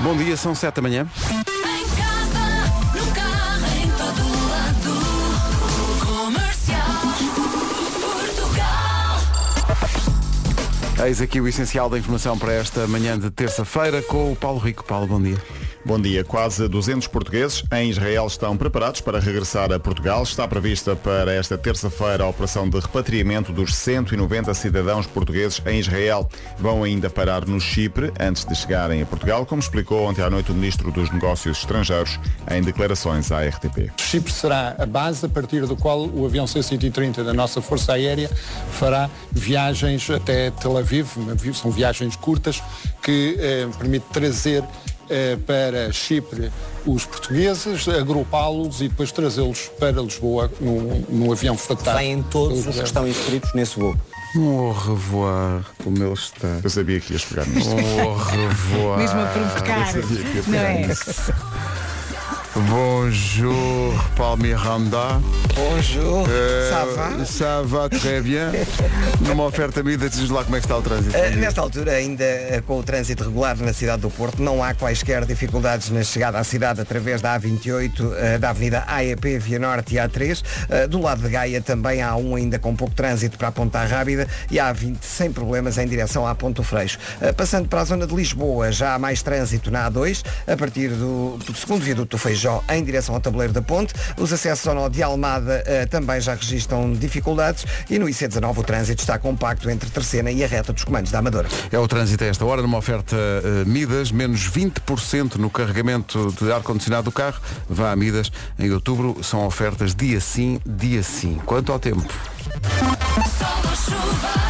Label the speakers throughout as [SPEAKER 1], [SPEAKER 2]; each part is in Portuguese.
[SPEAKER 1] Bom dia, são 7 da manhã.
[SPEAKER 2] Em casa, no carro, em todo lado. Comercial Portugal.
[SPEAKER 1] Eis aqui o essencial da informação para esta manhã de terça-feira com o Paulo Rico. Paulo, bom dia.
[SPEAKER 3] Bom dia. Quase 200 portugueses em Israel estão preparados para regressar a Portugal. Está prevista para esta terça-feira a operação de repatriamento dos 190 cidadãos portugueses em Israel. Vão ainda parar no Chipre antes de chegarem a Portugal, como explicou ontem à noite o Ministro dos Negócios Estrangeiros em declarações à RTP.
[SPEAKER 4] O Chipre será a base a partir do qual o avião C-130 da nossa Força Aérea fará viagens até Tel Aviv, Uma vi- são viagens curtas, que eh, permite trazer eh, para Chipre os portugueses, agrupá-los e depois trazê-los para Lisboa num, num avião
[SPEAKER 5] Tá.
[SPEAKER 4] fretado.
[SPEAKER 6] Saem todos os que estão inscritos nesse voo.
[SPEAKER 1] Um au revoir, como ele está.
[SPEAKER 3] Eu sabia que ias pegar nisto.
[SPEAKER 1] Um au revoir.
[SPEAKER 7] Mesmo a provocar. Não é?
[SPEAKER 1] Bonjour, Palmiranda.
[SPEAKER 6] Bonjour.
[SPEAKER 1] Ça va? Ça va très bien. Numa oferta mida, diz lá como é que está o trânsito.
[SPEAKER 6] Eh, Nesta altura, ainda eh, com o trânsito regular na cidade do Porto, não há quaisquer dificuldades na chegada à cidade através da A28, eh, da Avenida AEP, Via Norte e A3. Eh, Do lado de Gaia também há um ainda com pouco trânsito para a Ponta Rábida e a A20 sem problemas em direção à Ponto Freixo. Eh, Passando para a zona de Lisboa, já há mais trânsito na A2, a partir do, do segundo viaduto do Feijó em direção ao Tabuleiro da Ponte. Os acessos ao nó de Almada eh, também já registram dificuldades e no IC19 o trânsito está compacto entre Terceira e a reta dos comandos da Amadora.
[SPEAKER 1] É o trânsito a esta hora, numa oferta eh, Midas, menos 20% no carregamento de ar-condicionado do carro. Vá a Midas, em outubro são ofertas dia sim, dia sim. Quanto ao tempo?
[SPEAKER 2] Sol ou chuva,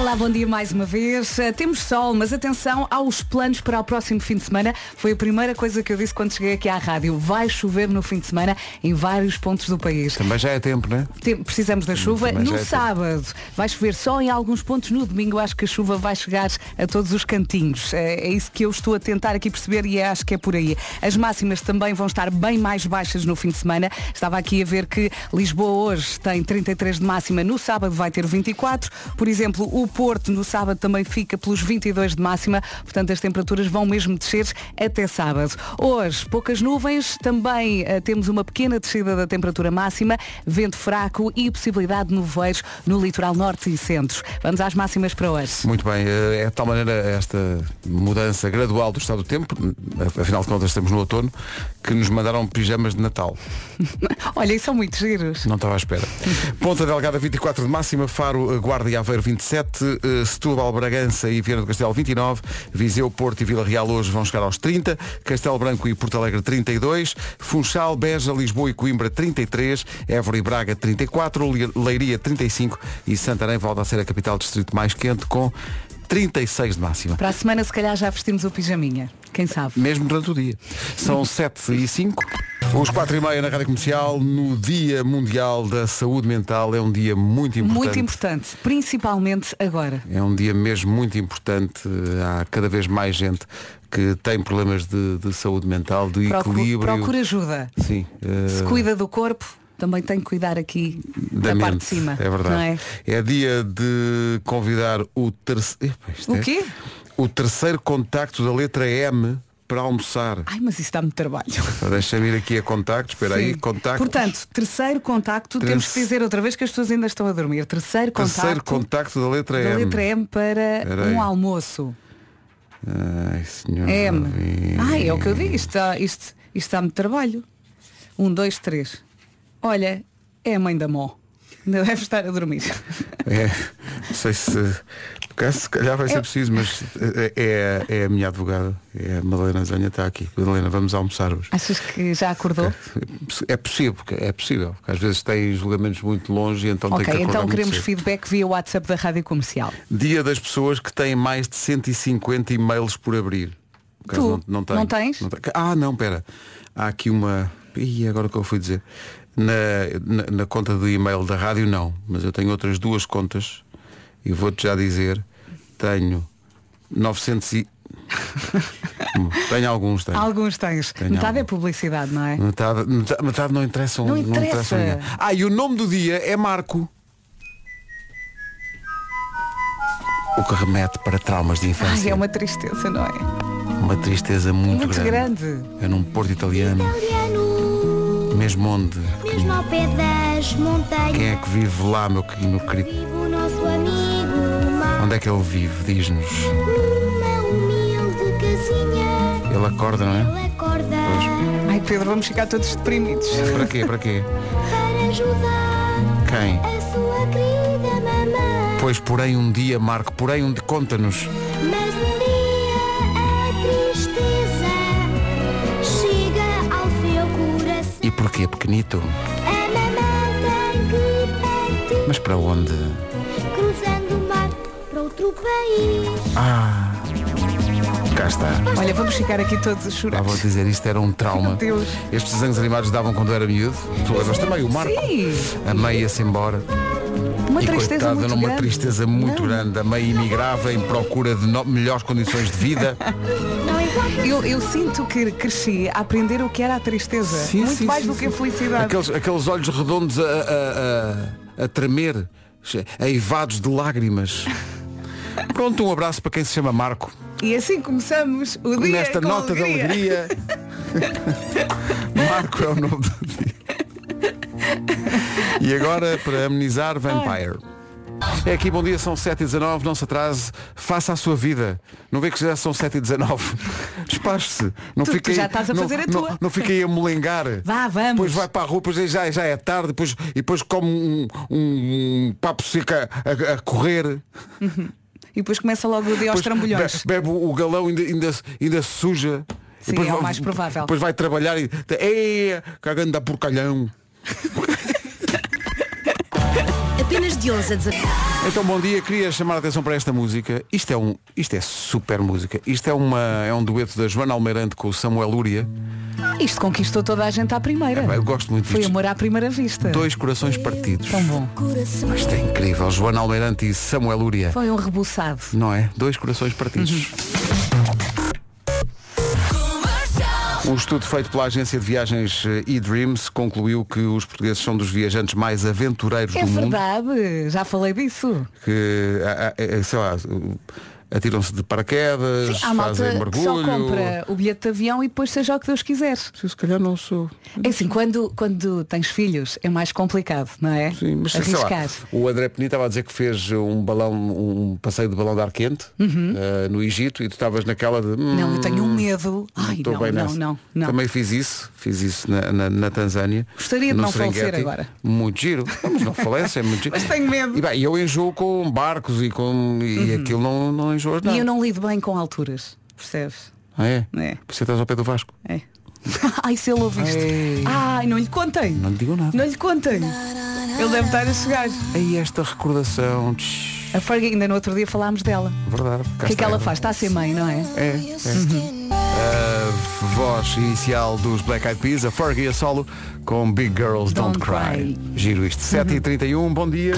[SPEAKER 7] Olá, bom dia mais uma vez. Eh, Temos sol, mas atenção aos planos para o próximo fim de semana. Foi a primeira coisa que eu disse quando cheguei aqui à rádio. Vai chover no fim de semana em vários pontos do país.
[SPEAKER 1] Também já é tempo, não é?
[SPEAKER 7] Tem- Precisamos da chuva
[SPEAKER 1] também já
[SPEAKER 7] no
[SPEAKER 1] é tempo.
[SPEAKER 7] sábado. Vai chover só em alguns pontos. No domingo acho que a chuva vai chegar a todos os cantinhos. Eh, É isso que eu estou a tentar aqui perceber e acho que é por aí. As máximas também vão estar bem mais baixas no fim de semana. Estava aqui a ver que Lisboa hoje tem 33 de máxima, no sábado vai ter 24. Por exemplo, o Porto no sábado também fica pelos 22 de máxima, portanto as temperaturas vão mesmo descer até sábado. Hoje, poucas nuvens, também eh, temos uma pequena descida da temperatura máxima, vento fraco e possibilidade de nevoeiros no litoral norte e centro. Vamos às máximas para hoje.
[SPEAKER 1] Muito bem, eh, é de tal maneira esta mudança gradual do estado do tempo, afinal de contas estamos no outono, que nos mandaram pijamas de Natal.
[SPEAKER 7] Olha, e são muito giros.
[SPEAKER 1] Não estava à espera. Ponta Delgada 24 de máxima, Faro, eh, Guarda e Aveiro 27, eh, Setúbal, Bragança e Viana do Castelo 29, Viseu, Porto e Vila Real hoje vão chegar aos 30, Castelo Branco e Porto Alegre 32, Funchal, Beja, Lisboa e Coimbra 33, Évora e Braga 34, Le- Leiria 35 e Santarém volta a ser a capital distrito mais quente com 36 de máxima.
[SPEAKER 7] Para a semana se calhar já vestimos o pijaminha. Quem sabe?
[SPEAKER 1] Mesmo durante o dia. São 7 e 5. Os 4 e meia na Rádio Comercial, no Dia Mundial da Saúde Mental, é um dia muito importante.
[SPEAKER 7] Muito importante, principalmente agora.
[SPEAKER 1] É um dia mesmo muito importante. Há cada vez mais gente que tem problemas de, de saúde mental, de
[SPEAKER 7] Procu-
[SPEAKER 1] equilíbrio.
[SPEAKER 7] procura ajuda.
[SPEAKER 1] Sim. eh,
[SPEAKER 7] Se cuida do corpo, também tem que cuidar aqui da,
[SPEAKER 1] mente.
[SPEAKER 7] parte de cima.
[SPEAKER 1] É
[SPEAKER 7] Não
[SPEAKER 1] verdade.
[SPEAKER 7] é?
[SPEAKER 1] É? dia de convidar o terceiro. Epá, isto
[SPEAKER 7] O
[SPEAKER 1] é-
[SPEAKER 7] quê?
[SPEAKER 1] O terceiro contacto da letra M para almoçar.
[SPEAKER 7] Ai, mas isso dá-me trabalho.
[SPEAKER 1] Deixa-me ir aqui a contacto. Espera aí,
[SPEAKER 7] Sim.
[SPEAKER 1] contacto.
[SPEAKER 7] Portanto, terceiro contacto,
[SPEAKER 1] Terce-
[SPEAKER 7] temos que dizer outra vez que as pessoas ainda estão a dormir. Terceiro contacto,
[SPEAKER 1] Terceiro contacto da letra
[SPEAKER 7] da
[SPEAKER 1] M.
[SPEAKER 7] letra M para
[SPEAKER 1] Espera aí.
[SPEAKER 7] um almoço.
[SPEAKER 1] Ai, senhor.
[SPEAKER 7] M.
[SPEAKER 1] Davi.
[SPEAKER 7] Ai, é o que eu digo. Isto, dá- isto, isto dá-me trabalho. Um, dois, três. Olha, é a mãe da Mó. Ainda deve estar a dormir.
[SPEAKER 1] É, não sei se. porque Se calhar vai ser
[SPEAKER 7] Eu-
[SPEAKER 1] preciso, mas é, é, é a minha advogada, é a Madalena Zanha, está aqui. Madalena, vamos almoçar hoje.
[SPEAKER 7] Achas que já acordou?
[SPEAKER 1] É possível, porque- é possível. porque Às vezes tem julgamentos muito longe e então tem
[SPEAKER 7] ok,
[SPEAKER 1] que acordar
[SPEAKER 7] então
[SPEAKER 1] muito
[SPEAKER 7] queremos
[SPEAKER 1] cedo.
[SPEAKER 7] feedback via WhatsApp da Rádio Comercial.
[SPEAKER 1] Dia das pessoas que têm mais de 150 e-mails por abrir. Por acaso
[SPEAKER 7] Tu?
[SPEAKER 1] não, tenho.
[SPEAKER 7] Não tens?
[SPEAKER 1] tenho. Ah, não, pera. Há aqui uma. Ih, agora o que eu fui dizer. Na, na, na conta do e-mail da rádio não, mas eu tenho outras duas contas e vou-te já dizer, tenho 900 e. tenho alguns, tenho.
[SPEAKER 7] Alguns tens.
[SPEAKER 1] Tenho
[SPEAKER 7] Metade
[SPEAKER 1] algum.
[SPEAKER 7] é publicidade, não é?
[SPEAKER 1] Metade, metade, metade não interessa um,
[SPEAKER 7] Não
[SPEAKER 1] interessa. a ninguém.
[SPEAKER 7] interessa.
[SPEAKER 1] Ah, e o nome do dia é Marco. O que remete para traumas de infância.
[SPEAKER 7] Ai, é uma tristeza, não é?
[SPEAKER 1] Uma tristeza muito,
[SPEAKER 7] Muito grande.
[SPEAKER 1] É num porto italiano,
[SPEAKER 8] Italiano,
[SPEAKER 1] mesmo onde.
[SPEAKER 8] mesmo ao pé das montanhas,
[SPEAKER 1] Quem é que vive lá, meu, que- meu querido?
[SPEAKER 8] vive o nosso amigo, uma,
[SPEAKER 1] Onde é que ele vive? Diz-nos.
[SPEAKER 8] numa humilde casinha,
[SPEAKER 1] Ele acorda, não é?
[SPEAKER 8] ele acorda
[SPEAKER 7] Ai Pedro, vamos ficar todos deprimidos.
[SPEAKER 1] Para quê? Para quê?
[SPEAKER 8] para ajudar
[SPEAKER 1] Quem?
[SPEAKER 8] a sua querida mamãe.
[SPEAKER 1] Pois porém um dia, Marco, porém um dia, conta-nos.
[SPEAKER 8] Mas um dia a tristeza chega ao seu coração.
[SPEAKER 1] E porquê, pequenito?
[SPEAKER 8] A mamãe tem que partir,
[SPEAKER 1] Mas para onde?
[SPEAKER 8] cruzando o mar para outro país.
[SPEAKER 1] Ah, cá está.
[SPEAKER 7] Olha, vamos ficar aqui todos a
[SPEAKER 1] Ah,
[SPEAKER 7] chorar.
[SPEAKER 1] vou dizer, isto era um trauma.
[SPEAKER 7] Meu Deus.
[SPEAKER 1] Estes desenhos animados davam quando eu era miúdo. Tu lembras também o Marco?
[SPEAKER 7] Sim.
[SPEAKER 1] A mãe ia-se embora.
[SPEAKER 7] Uma
[SPEAKER 1] e
[SPEAKER 7] tristeza
[SPEAKER 1] coitada,
[SPEAKER 7] muito
[SPEAKER 1] numa
[SPEAKER 7] grande.
[SPEAKER 1] tristeza muito
[SPEAKER 7] Não.
[SPEAKER 1] grande. A mãe emigrava em procura de no- melhores condições de vida. Ah.
[SPEAKER 8] Não importa
[SPEAKER 7] Eu, eu sinto que cresci a aprender o que era a tristeza.
[SPEAKER 1] Sim,
[SPEAKER 7] muito
[SPEAKER 1] sim,
[SPEAKER 7] mais
[SPEAKER 1] sim,
[SPEAKER 7] do que a
[SPEAKER 1] sim.
[SPEAKER 7] felicidade.
[SPEAKER 1] Aqueles, aqueles olhos redondos a, a, a, a tremer, che- eivados de lágrimas. Pronto, um abraço para quem se chama Marco.
[SPEAKER 7] E assim começamos o dia.
[SPEAKER 1] Nesta
[SPEAKER 7] com
[SPEAKER 1] nota
[SPEAKER 7] alegria.
[SPEAKER 1] de alegria. Marco é o nome do dia. E agora, para amenizar, Vampire. É aqui, bom dia, são 7h19, não se atrase, faça a sua vida. Não vê que já são 7h19. Despache-se. Não
[SPEAKER 7] Tu-
[SPEAKER 1] fique
[SPEAKER 7] tu já
[SPEAKER 1] aí-
[SPEAKER 7] estás a
[SPEAKER 1] não-
[SPEAKER 7] fazer
[SPEAKER 1] não-
[SPEAKER 7] a tua.
[SPEAKER 1] Não fique aí a molengar.
[SPEAKER 7] Vá, vamos.
[SPEAKER 1] Depois vai para a rua, depois já, já é tarde, depois, e depois come um, um papo seco a- a- a correr.
[SPEAKER 7] E depois começa logo o dia aos
[SPEAKER 1] Depois
[SPEAKER 7] trambolhões.
[SPEAKER 1] be- Bebe o galão ainda, ainda, ainda se suja. E
[SPEAKER 7] Sim,
[SPEAKER 1] depois
[SPEAKER 7] é o
[SPEAKER 1] vai-
[SPEAKER 7] mais provável.
[SPEAKER 1] Depois vai trabalhar e. Ei, cagando da porcalhão.
[SPEAKER 2] Apenas de 11 a 19.
[SPEAKER 1] Então bom dia, queria chamar a atenção para esta música. Isto é, um, isto é super música. Isto é, uma, é um dueto da Joana Almeirante com o Samuel Lúria.
[SPEAKER 7] Isto conquistou toda a gente à primeira.
[SPEAKER 1] Eu gosto muito
[SPEAKER 7] É. Foi É
[SPEAKER 1] disto.
[SPEAKER 7] amor à primeira vista.
[SPEAKER 1] É, Dois corações partidos.
[SPEAKER 7] Tão bom.
[SPEAKER 8] coração.
[SPEAKER 1] Isto é incrível. Joana Almeirante e Samuel Lúria.
[SPEAKER 7] Foi Uhum. um rebuçado.
[SPEAKER 1] Não é? Dois corações partidos. Um estudo feito pela agência de viagens eh, eDreams concluiu que os portugueses são dos viajantes mais aventureiros
[SPEAKER 7] É
[SPEAKER 1] do mundo.
[SPEAKER 7] verdade, já falei disso.
[SPEAKER 1] Que, ah, ah, eh, sei lá, atiram-se de paraquedas,
[SPEAKER 7] Há malta
[SPEAKER 1] fazem
[SPEAKER 7] que só
[SPEAKER 1] mergulho.
[SPEAKER 7] compra o bilhete de avião e depois seja o que Deus quiser.
[SPEAKER 1] Se calhar não sou.
[SPEAKER 7] É assim, quando, quando tens filhos é mais complicado, não é?
[SPEAKER 1] Sim, mas sei lá,
[SPEAKER 7] Arriscar.
[SPEAKER 1] o André Penito estava a dizer que fez um balão, um passeio de balão de ar quente eh, no Egito e tu estavas naquela de. "Hum,
[SPEAKER 7] Uhum. Não, eu tenho um medo. Ai,
[SPEAKER 1] Estou
[SPEAKER 7] não,
[SPEAKER 1] bem
[SPEAKER 7] não,
[SPEAKER 1] nessa.
[SPEAKER 7] não, não.
[SPEAKER 1] Também fiz isso, fiz isso na, na, na Tanzânia.
[SPEAKER 7] Gostaria de
[SPEAKER 1] no
[SPEAKER 7] não falecer
[SPEAKER 1] Serengeti.
[SPEAKER 7] agora.
[SPEAKER 1] Muito giro. Mas não falece, é muito giro.
[SPEAKER 7] Mas tenho medo. Uhum.
[SPEAKER 1] E bem, eu enjoo com barcos e com. E aquilo não, não enjoas nada.
[SPEAKER 7] E eu não lido bem com alturas, percebes?
[SPEAKER 1] Ah, é?
[SPEAKER 7] É.
[SPEAKER 1] Por isso estás ao pé do Vasco.
[SPEAKER 7] É. Ai, se ele ouviste.
[SPEAKER 1] Ei.
[SPEAKER 7] Ai, não lhe contem.
[SPEAKER 1] Não lhe digo nada.
[SPEAKER 7] Não lhe contem. Ele deve estar a chegar.
[SPEAKER 1] Aí esta recordação. tsh,
[SPEAKER 7] A Fergie, ainda no outro dia falámos dela.
[SPEAKER 1] Verdade. cá
[SPEAKER 7] O que é
[SPEAKER 1] está
[SPEAKER 7] que ela faz? Está a ser mãe, não é?
[SPEAKER 1] É, é. A voz inicial dos Black Eyed Peas, a Fergie a solo com Big Girls Don't,
[SPEAKER 7] Don't
[SPEAKER 1] cry. Uhum.
[SPEAKER 7] Cry.
[SPEAKER 1] Giro isto. 7h31, bom dia.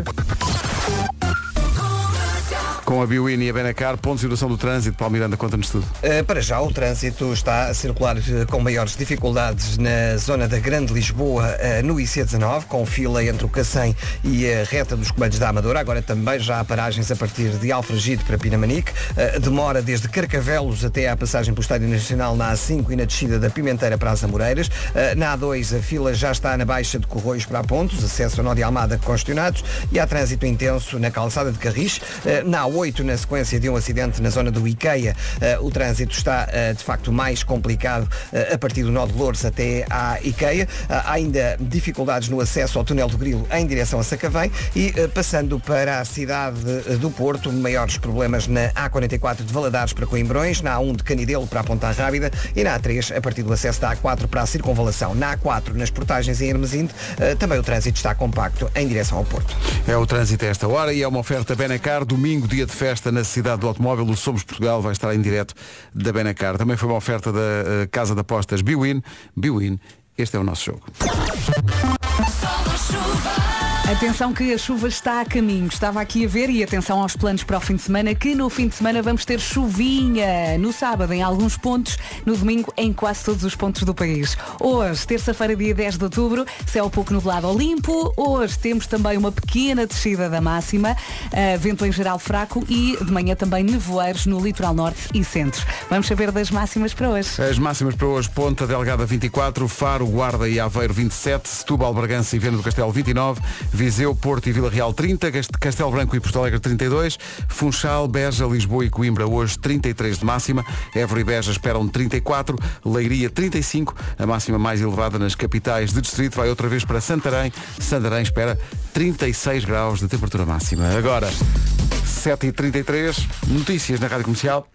[SPEAKER 1] Com a Biwin e a Benacar, ponto de situação do trânsito. Paulo Miranda, conta-nos tudo.
[SPEAKER 6] Uh, Para já, o trânsito está a circular uh, com maiores dificuldades na zona da Grande Lisboa, uh, no IC19, com fila entre o Cacém e a reta dos Comandos da Amadora. Agora também já há paragens a partir de Alfragide para Pinamanique. Uh, Demora desde Carcavelos até à passagem pelo Estádio Nacional na A5 e na descida da Pimenteira para as Amoreiras. Uh, Na A2, a fila já está na Baixa de Corroios para a Pontos, acesso ao Nó de Almada congestionados e há trânsito intenso na calçada de Carris. Uh, Na A8, na sequência de um acidente na zona do IKEA, eh, o trânsito está eh, de facto mais complicado eh, a partir do Nó de Lourdes até à IKEA. Ah, Há ainda dificuldades no acesso ao túnel do Grilo em direção a Sacavém e eh, passando para a cidade eh, do Porto, maiores problemas na A44 de Valadares para Coimbrões, na A1 de Canidelo para a Ponta Rábida e na A3 a partir do acesso da A4 para a Circunvalação. Na A4, nas portagens em Hermesinde, eh, também o trânsito está compacto em direção ao Porto.
[SPEAKER 1] É o trânsito a esta hora e é uma oferta Benacar. Domingo, dia de festa na cidade do automóvel. O Somos Portugal vai estar em direto da Benacar. Também foi uma oferta da eh, Casa de Apostas Biwin. Biwin, este é o nosso jogo.
[SPEAKER 2] Só
[SPEAKER 7] Atenção que a chuva está a caminho. Estava aqui a ver e atenção aos planos para o fim de semana, que no fim de semana vamos ter chuvinha. No sábado em alguns pontos, no domingo em quase todos os pontos do país. Hoje, terça-feira, dia 10 de outubro, céu pouco nublado ao limpo. Hoje temos também uma pequena descida da máxima, ah, vento em geral fraco e de manhã também nevoeiros no litoral norte e centro. Vamos saber das máximas para hoje.
[SPEAKER 1] As máximas para hoje, Ponta Delgada 24, Faro, Guarda e Aveiro 27, Setúbal, Bragança e Viana do Castelo 29, Viseu, Porto e Vila Real 30, Cast- Castelo Branco e Porto Alegre 32, Funchal, Beja, Lisboa e Coimbra hoje 33 de máxima, Évora e Beja esperam 34, Leiria 35, a máxima mais elevada nas capitais de distrito vai outra vez para Santarém, Santarém espera 36 graus de temperatura máxima. Agora, 7h33, notícias na Rádio Comercial.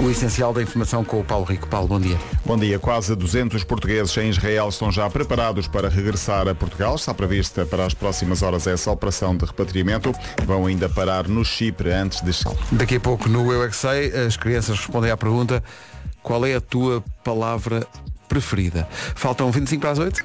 [SPEAKER 1] O essencial da informação com o Paulo Rico. Paulo, bom dia.
[SPEAKER 3] Bom dia. Quase 200 portugueses em Israel estão já preparados para regressar a Portugal. Está prevista para as próximas horas essa operação de repatriamento. Vão ainda parar no Chipre antes de chegar.
[SPEAKER 1] Daqui a pouco no Eu é que Sei, as crianças respondem à pergunta qual é a tua palavra preferida? Faltam 25 para as 8?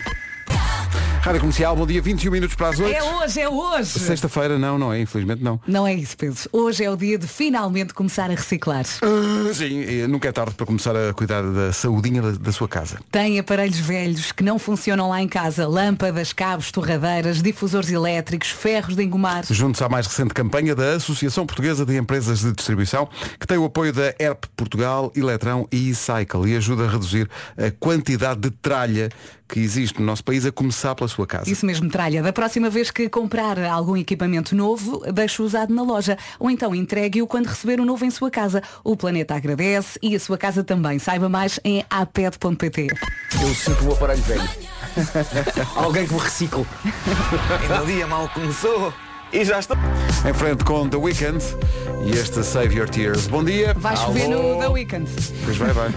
[SPEAKER 1] Rádio Comercial, bom dia, 21 minutos para as 8.
[SPEAKER 7] É hoje, é hoje!
[SPEAKER 1] Sexta-feira, não, não é, infelizmente não.
[SPEAKER 7] Não é isso, Pedro. Hoje é o dia de finalmente começar a reciclar.
[SPEAKER 1] Ah, Sim, eh, nunca é tarde para começar a cuidar da saudinha da, da sua casa.
[SPEAKER 7] Tem aparelhos velhos que não funcionam lá em casa. Lâmpadas, cabos, torradeiras, difusores elétricos, ferros de engomar.
[SPEAKER 1] Juntos à mais recente campanha da Associação Portuguesa de Empresas de Distribuição, que tem o apoio da ERP Portugal, Eletrão e E-Cycle e ajuda a reduzir a quantidade de tralha que existe no nosso país, a começar pela sua casa.
[SPEAKER 7] Isso mesmo, tralha. Da próxima vez que comprar algum equipamento novo, deixe-o usado na loja. Ou então entregue-o quando receber o novo em sua casa. O planeta agradece e a sua casa também. Saiba mais em aped.pt.
[SPEAKER 5] Eu sinto o aparelho velho. Alguém que me reciclo.
[SPEAKER 9] Ainda o dia mal começou e já estou.
[SPEAKER 1] Em frente com The Weeknd e este Save Your Tears. Bom dia.
[SPEAKER 7] Vai chover no The Weekend.
[SPEAKER 1] Pois vai, vai.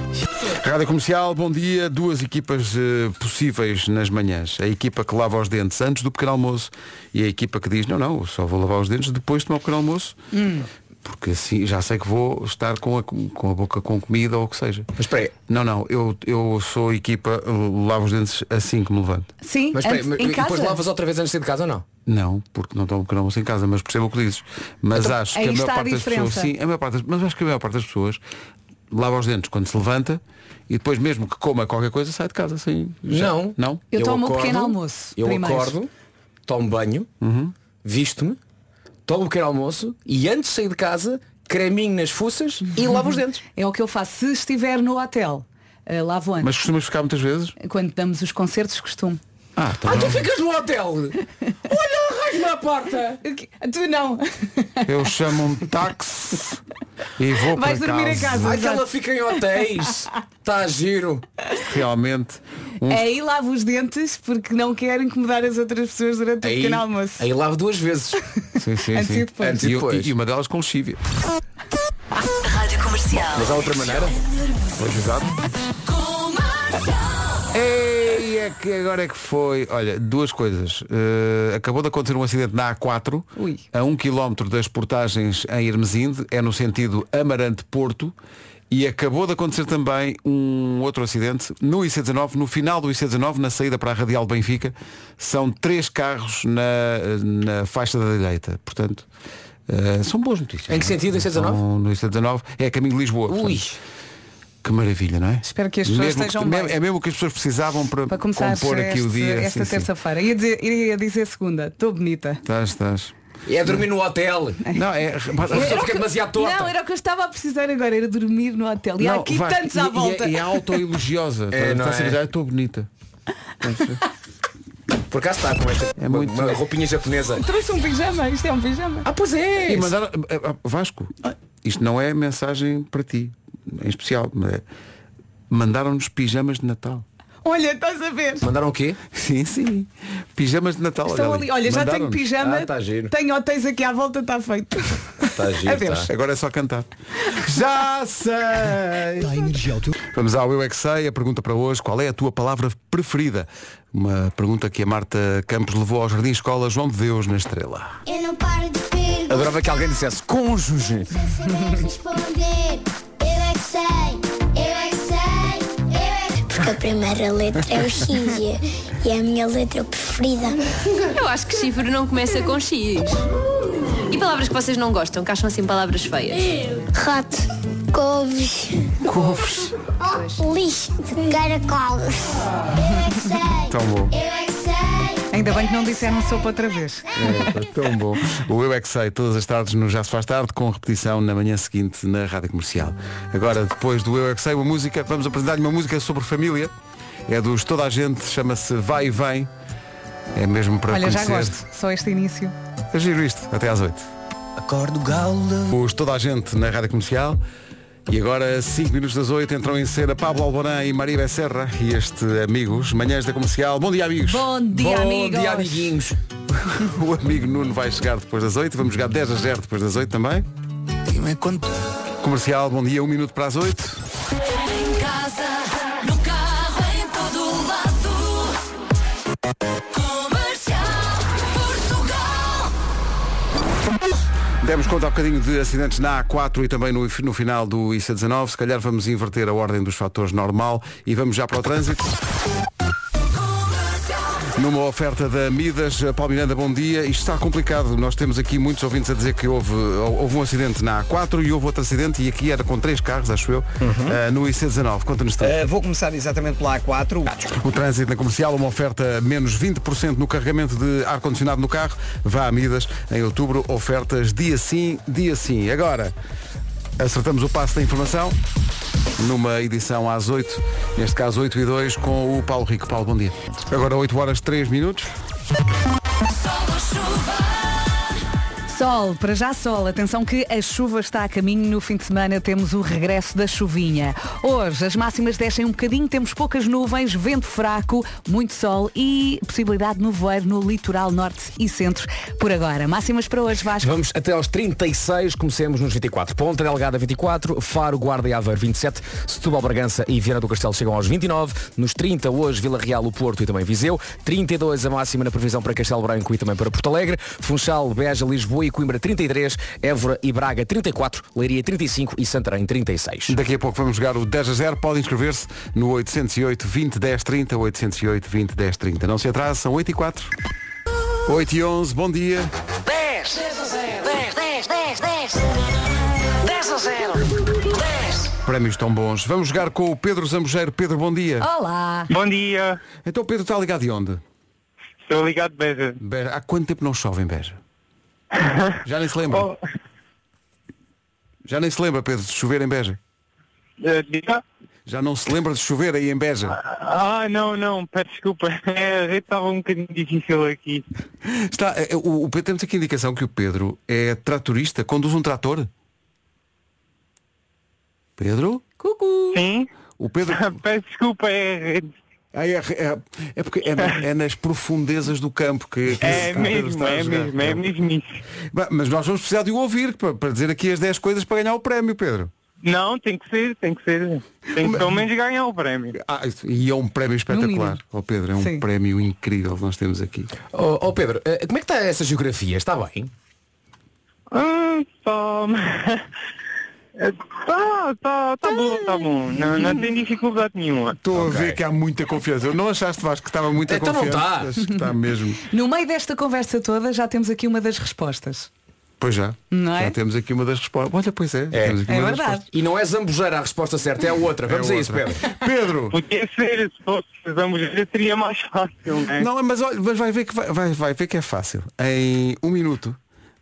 [SPEAKER 1] Rádio Comercial, bom dia. Duas equipas eh, possíveis nas manhãs. A equipa que lava os dentes antes do pequeno almoço e a equipa que diz, não, não, eu só vou lavar os dentes depois de tomar o pequeno almoço.
[SPEAKER 7] Hum.
[SPEAKER 1] Porque assim já sei que vou estar com a, com a boca com comida ou o que seja.
[SPEAKER 5] Mas espera aí.
[SPEAKER 1] Não, não, eu, eu sou a equipa, eh, lavo os dentes assim que me levanto.
[SPEAKER 7] Sim,
[SPEAKER 5] Mas espera aí,
[SPEAKER 7] antes-
[SPEAKER 5] mas-
[SPEAKER 7] em
[SPEAKER 5] e depois
[SPEAKER 7] casa.
[SPEAKER 5] lavas outra vez antes de ir de casa ou não?
[SPEAKER 1] Não, porque não tomo pequeno almoço em casa, mas percebo o que dizes. Mas
[SPEAKER 7] Então,
[SPEAKER 1] acho que
[SPEAKER 7] aí
[SPEAKER 1] a maior
[SPEAKER 7] está a
[SPEAKER 1] parte das pessoas,
[SPEAKER 7] diferença.
[SPEAKER 1] sim, a maior parte das, mas acho que a maior parte das pessoas lava os dentes quando se levanta e depois mesmo que coma qualquer coisa sai de casa assim. já-
[SPEAKER 5] Não.
[SPEAKER 1] Não?
[SPEAKER 7] Eu tomo o pequeno almoço Uhum.
[SPEAKER 5] Eu
[SPEAKER 7] primeiro.
[SPEAKER 5] acordo, tomo banho, visto-me, tomo o pequeno almoço e antes de sair de casa, creminho nas fuças e lavo os dentes.
[SPEAKER 7] É o que eu faço. Se estiver no hotel, eh, lavo antes.
[SPEAKER 1] Mas costumas ficar muitas vezes?
[SPEAKER 7] Quando damos os concertos, costumo.
[SPEAKER 1] Ah, tá
[SPEAKER 5] Ah,
[SPEAKER 1] bom.
[SPEAKER 5] tu ficas no hotel! Olha, arrasma a porta!
[SPEAKER 7] Tu não.
[SPEAKER 1] Eu chamo um táxi e vou
[SPEAKER 7] Vais
[SPEAKER 1] para
[SPEAKER 7] dormir em casa.
[SPEAKER 5] Ai, que ela fica em hotéis! Está a giro!
[SPEAKER 1] Realmente. Um...
[SPEAKER 7] Aí lavo É os dentes porque não quero incomodar as outras pessoas durante o
[SPEAKER 5] Aí,
[SPEAKER 7] Um pequeno almoço.
[SPEAKER 5] aí lavo duas vezes.
[SPEAKER 1] Sim, sim,
[SPEAKER 7] Antes
[SPEAKER 1] sim.
[SPEAKER 7] e depois.
[SPEAKER 5] Antes e depois.
[SPEAKER 1] E, uma delas com lexívia.
[SPEAKER 5] Mas há outra maneira?
[SPEAKER 1] Pois exato. Ei, é que agora é que foi. Olha, duas coisas. Eh, acabou de acontecer um acidente na A4,
[SPEAKER 7] Ui.
[SPEAKER 1] a um quilómetro das portagens em Hermesinde, é no sentido Amarante-Porto, e acabou de acontecer também um outro acidente no IC19, no final do IC19, na saída para a Radial de Benfica, são três carros na, na faixa da direita. Portanto, eh, são boas notícias.
[SPEAKER 5] Em que sentido, IC19?
[SPEAKER 1] São No IC19, é a caminho de Lisboa.
[SPEAKER 5] Ui!
[SPEAKER 1] portanto. Que maravilha, não é?
[SPEAKER 7] Espero que as pessoas
[SPEAKER 1] Mesmo
[SPEAKER 7] estejam
[SPEAKER 1] que-
[SPEAKER 7] bem.
[SPEAKER 1] me- É mesmo que as pessoas precisavam para,
[SPEAKER 7] Para começar
[SPEAKER 1] compor aqui o
[SPEAKER 7] este-
[SPEAKER 1] dia.
[SPEAKER 7] esta
[SPEAKER 1] Sim, sim.
[SPEAKER 7] terça-feira. Ia, dizer- ia dizer segunda. Estou bonita.
[SPEAKER 1] Estás, estás.
[SPEAKER 5] É dormir no hotel!
[SPEAKER 1] Não, é.
[SPEAKER 5] A pessoa fica demasiado torta.
[SPEAKER 7] Não, era o que eu estava a precisar agora, era dormir no hotel. E há
[SPEAKER 1] Não,
[SPEAKER 7] aqui
[SPEAKER 1] Vasco,
[SPEAKER 7] tantos à
[SPEAKER 1] e-
[SPEAKER 7] volta.
[SPEAKER 1] E, e é autoelogiosa.
[SPEAKER 5] É, não
[SPEAKER 1] Estás a
[SPEAKER 5] é?
[SPEAKER 1] dizer, "Ah, estou bonita.
[SPEAKER 5] Por acaso está com esta
[SPEAKER 1] É muito-
[SPEAKER 5] uma roupinha japonesa.
[SPEAKER 7] Trouxe um pijama, isto é um pijama.
[SPEAKER 5] Ah, pois é!
[SPEAKER 1] E mandaram. ah, ah, Vasco, isto não é mensagem para ti, em especial. mas é- Mandaram-nos pijamas de Natal.
[SPEAKER 7] Olha, estás a ver?
[SPEAKER 5] Mandaram o quê?
[SPEAKER 1] Sim, sim. Pijamas de Natal.
[SPEAKER 7] Estão ali, olha, já tenho
[SPEAKER 1] Mandaram-nos.
[SPEAKER 7] pijama,
[SPEAKER 5] Ah, tá giro.
[SPEAKER 7] tenho hotéis aqui à volta, está feito.
[SPEAKER 5] Está giro,
[SPEAKER 7] Adeus.
[SPEAKER 5] tá.
[SPEAKER 1] Agora é só cantar. Já sei! Vamos ao Eu é que sei, a pergunta para hoje, qual é a tua palavra preferida? Uma pergunta que a Marta Campos levou ao Jardim Escola João de Deus na Estrela.
[SPEAKER 8] Eu não paro de perguntar
[SPEAKER 5] Adorava que alguém dissesse
[SPEAKER 8] sem
[SPEAKER 5] cônjuge.
[SPEAKER 8] saber responder. Eu é que sei, eu é que sei, eu é que sei. porque a primeira letra é o X e é- e é a minha letra preferida.
[SPEAKER 10] Eu acho que chifre não começa com X. E palavras que vocês não gostam, que acham assim palavras feias?
[SPEAKER 8] Rato, couves, Oh,
[SPEAKER 1] Couves.
[SPEAKER 8] lixo de caracol. Eu é que sei.
[SPEAKER 1] Tão bom.
[SPEAKER 8] Eu é que sei.
[SPEAKER 7] Ainda bem que não disseram sopa outra vez.
[SPEAKER 1] É, tão bom. O Eu É Que Sei, todas as tardes no Já Se Faz Tarde, com repetição na manhã seguinte na Rádio Comercial. Agora, depois do Eu É Que Sei, uma música, vamos apresentar-lhe uma música sobre família. É dos Toda a Gente, chama-se Vai e Vem. É mesmo para
[SPEAKER 7] Olha, já
[SPEAKER 1] conhecer.
[SPEAKER 7] gosto. Só este início.
[SPEAKER 1] É giro isto, até às 8. Os Toda a Gente na Rádio Comercial. E agora, 5 minutos das 8, entram em cena Pablo Alboran e Maria Becerra e este Amigos, Manhãs da Comercial. Bom dia, amigos!
[SPEAKER 7] Bom dia, amigos.
[SPEAKER 5] dia, amiguinhos.
[SPEAKER 1] O amigo Nuno vai chegar depois das 8. Vamos jogar 10 a 0 depois das 8 também.
[SPEAKER 7] é
[SPEAKER 1] Comercial, bom dia, um minuto para as 8.
[SPEAKER 2] Em casa, no carro, em todo lado. Comercial Portugal.
[SPEAKER 1] Demos conta há bocadinho de acidentes na A4 e também no, no final do IC19. Se calhar vamos inverter a ordem dos fatores normal e vamos já para o trânsito. Numa oferta da Midas, Paulo Miranda, bom dia. Isto está complicado. Nós temos aqui muitos ouvintes a dizer que houve, houve um acidente na A4 e houve outro acidente e aqui era com três carros, acho eu, eh, no IC19. Conta-nos tudo.
[SPEAKER 6] Eh, vou começar exatamente pela A4.
[SPEAKER 1] O trânsito na comercial, uma oferta menos 20% no carregamento de ar-condicionado no carro. Vá a Midas em outubro, ofertas dia sim, dia sim. Agora, acertamos o passo da informação numa edição às 8, neste caso 8 e 2, com o Paulo Rico. Paulo, bom dia. Agora 8 horas 3 minutos.
[SPEAKER 7] Sol, para já sol. Atenção que a chuva está a caminho. No fim de semana temos o regresso da chuvinha. Hoje as máximas descem um bocadinho, temos poucas nuvens, vento fraco, muito sol e possibilidade de nevoeiro no litoral norte e centro por agora. Máximas para hoje, Vasco.
[SPEAKER 5] Vamos até aos 36, comecemos nos 24. Ponta Delgada 24, Faro, Guarda e Aveiro 27, Setúbal, Bragança e Viana do Castelo chegam aos 29, nos 30 hoje Vila Real, o Porto e também Viseu, 32 a máxima na previsão para Castelo Branco e também para Porto Alegre, Funchal, Beja, Lisboa e Coimbra 33, Évora e Braga 34, Leiria 35 e Santarém 36.
[SPEAKER 1] Daqui a pouco vamos jogar o 10 a 0. Pode inscrever-se no 808 20 10 30, 808 20 10 30. Não se atrase, são 8 e 4. 8 e 11, bom dia.
[SPEAKER 11] 10, 10, 10, 10, 10, 10 a 0, 10.
[SPEAKER 1] Prémios tão bons. Vamos jogar com o Pedro Zambujeiro. Pedro, bom dia.
[SPEAKER 7] Olá.
[SPEAKER 11] Bom dia,
[SPEAKER 1] Então o Pedro está ligado de onde?
[SPEAKER 11] estou ligado Beja.
[SPEAKER 1] Beja. Há quanto tempo não chove em Beja? Já nem se lembra.
[SPEAKER 11] Oh,
[SPEAKER 1] Já nem se lembra, Pedro, de chover em Beja.
[SPEAKER 11] eh, diga?
[SPEAKER 1] Já não se lembra de chover aí em Beja.
[SPEAKER 11] Ah, não, não, peço desculpa. É, a rede estava um bocadinho difícil aqui.
[SPEAKER 1] Está, eh, o, o Pedro, temos aqui a indicação que o Pedro é tratorista, conduz um trator. Pedro?
[SPEAKER 7] Cucu.
[SPEAKER 11] Sim? Ah,
[SPEAKER 1] O Pedro.
[SPEAKER 11] Peço desculpa, é a rede.
[SPEAKER 1] Ah, é, é- é porque é, na- é nas profundezas do campo que. que
[SPEAKER 11] É
[SPEAKER 1] o Pedro
[SPEAKER 11] mesmo,
[SPEAKER 1] está a
[SPEAKER 11] é
[SPEAKER 1] jogar.
[SPEAKER 11] mesmo, é mesmo isso.
[SPEAKER 1] Bah, Mas nós vamos precisar de o ouvir para, para dizer aqui as 10 coisas para ganhar o prémio, Pedro.
[SPEAKER 11] Não, tem que ser, tem que ser. Tem que pelo menos ganhar o prémio.
[SPEAKER 1] Ah, isso- e é um prémio espetacular.
[SPEAKER 7] mínimo.
[SPEAKER 1] Ó Pedro, é um
[SPEAKER 7] Sim.
[SPEAKER 1] prémio incrível que nós temos aqui.
[SPEAKER 5] Oh, oh, Pedro, eh, como é que está essa geografia? Está bem?
[SPEAKER 11] Ah, tá. Tá, tá, tá bom, tá bom. Não, não tem dificuldade nenhuma.
[SPEAKER 1] Estou
[SPEAKER 5] Ok.
[SPEAKER 1] a ver que há muita confiança. Eu não achaste Vasco que estava muito
[SPEAKER 5] Então não
[SPEAKER 1] confiante.
[SPEAKER 5] está.
[SPEAKER 1] Acho que está mesmo.
[SPEAKER 7] No meio desta conversa toda já temos aqui uma das respostas.
[SPEAKER 1] Pois já.
[SPEAKER 7] Não é?
[SPEAKER 1] Já temos aqui uma das respostas. Olha, pois é.
[SPEAKER 5] É.
[SPEAKER 1] temos aqui
[SPEAKER 7] É
[SPEAKER 1] uma das
[SPEAKER 7] verdade.
[SPEAKER 5] E não é zambujeira a resposta certa, é a outra. Vamos a isso,
[SPEAKER 1] respostas.
[SPEAKER 5] Pedro.
[SPEAKER 1] É outra. Pedro.
[SPEAKER 11] Podia ser, se fosse a mulher seria mais fácil, né?
[SPEAKER 1] Não, mas, olha, mas vai, ver que vai, vai- vai ver que é fácil. Em um minuto,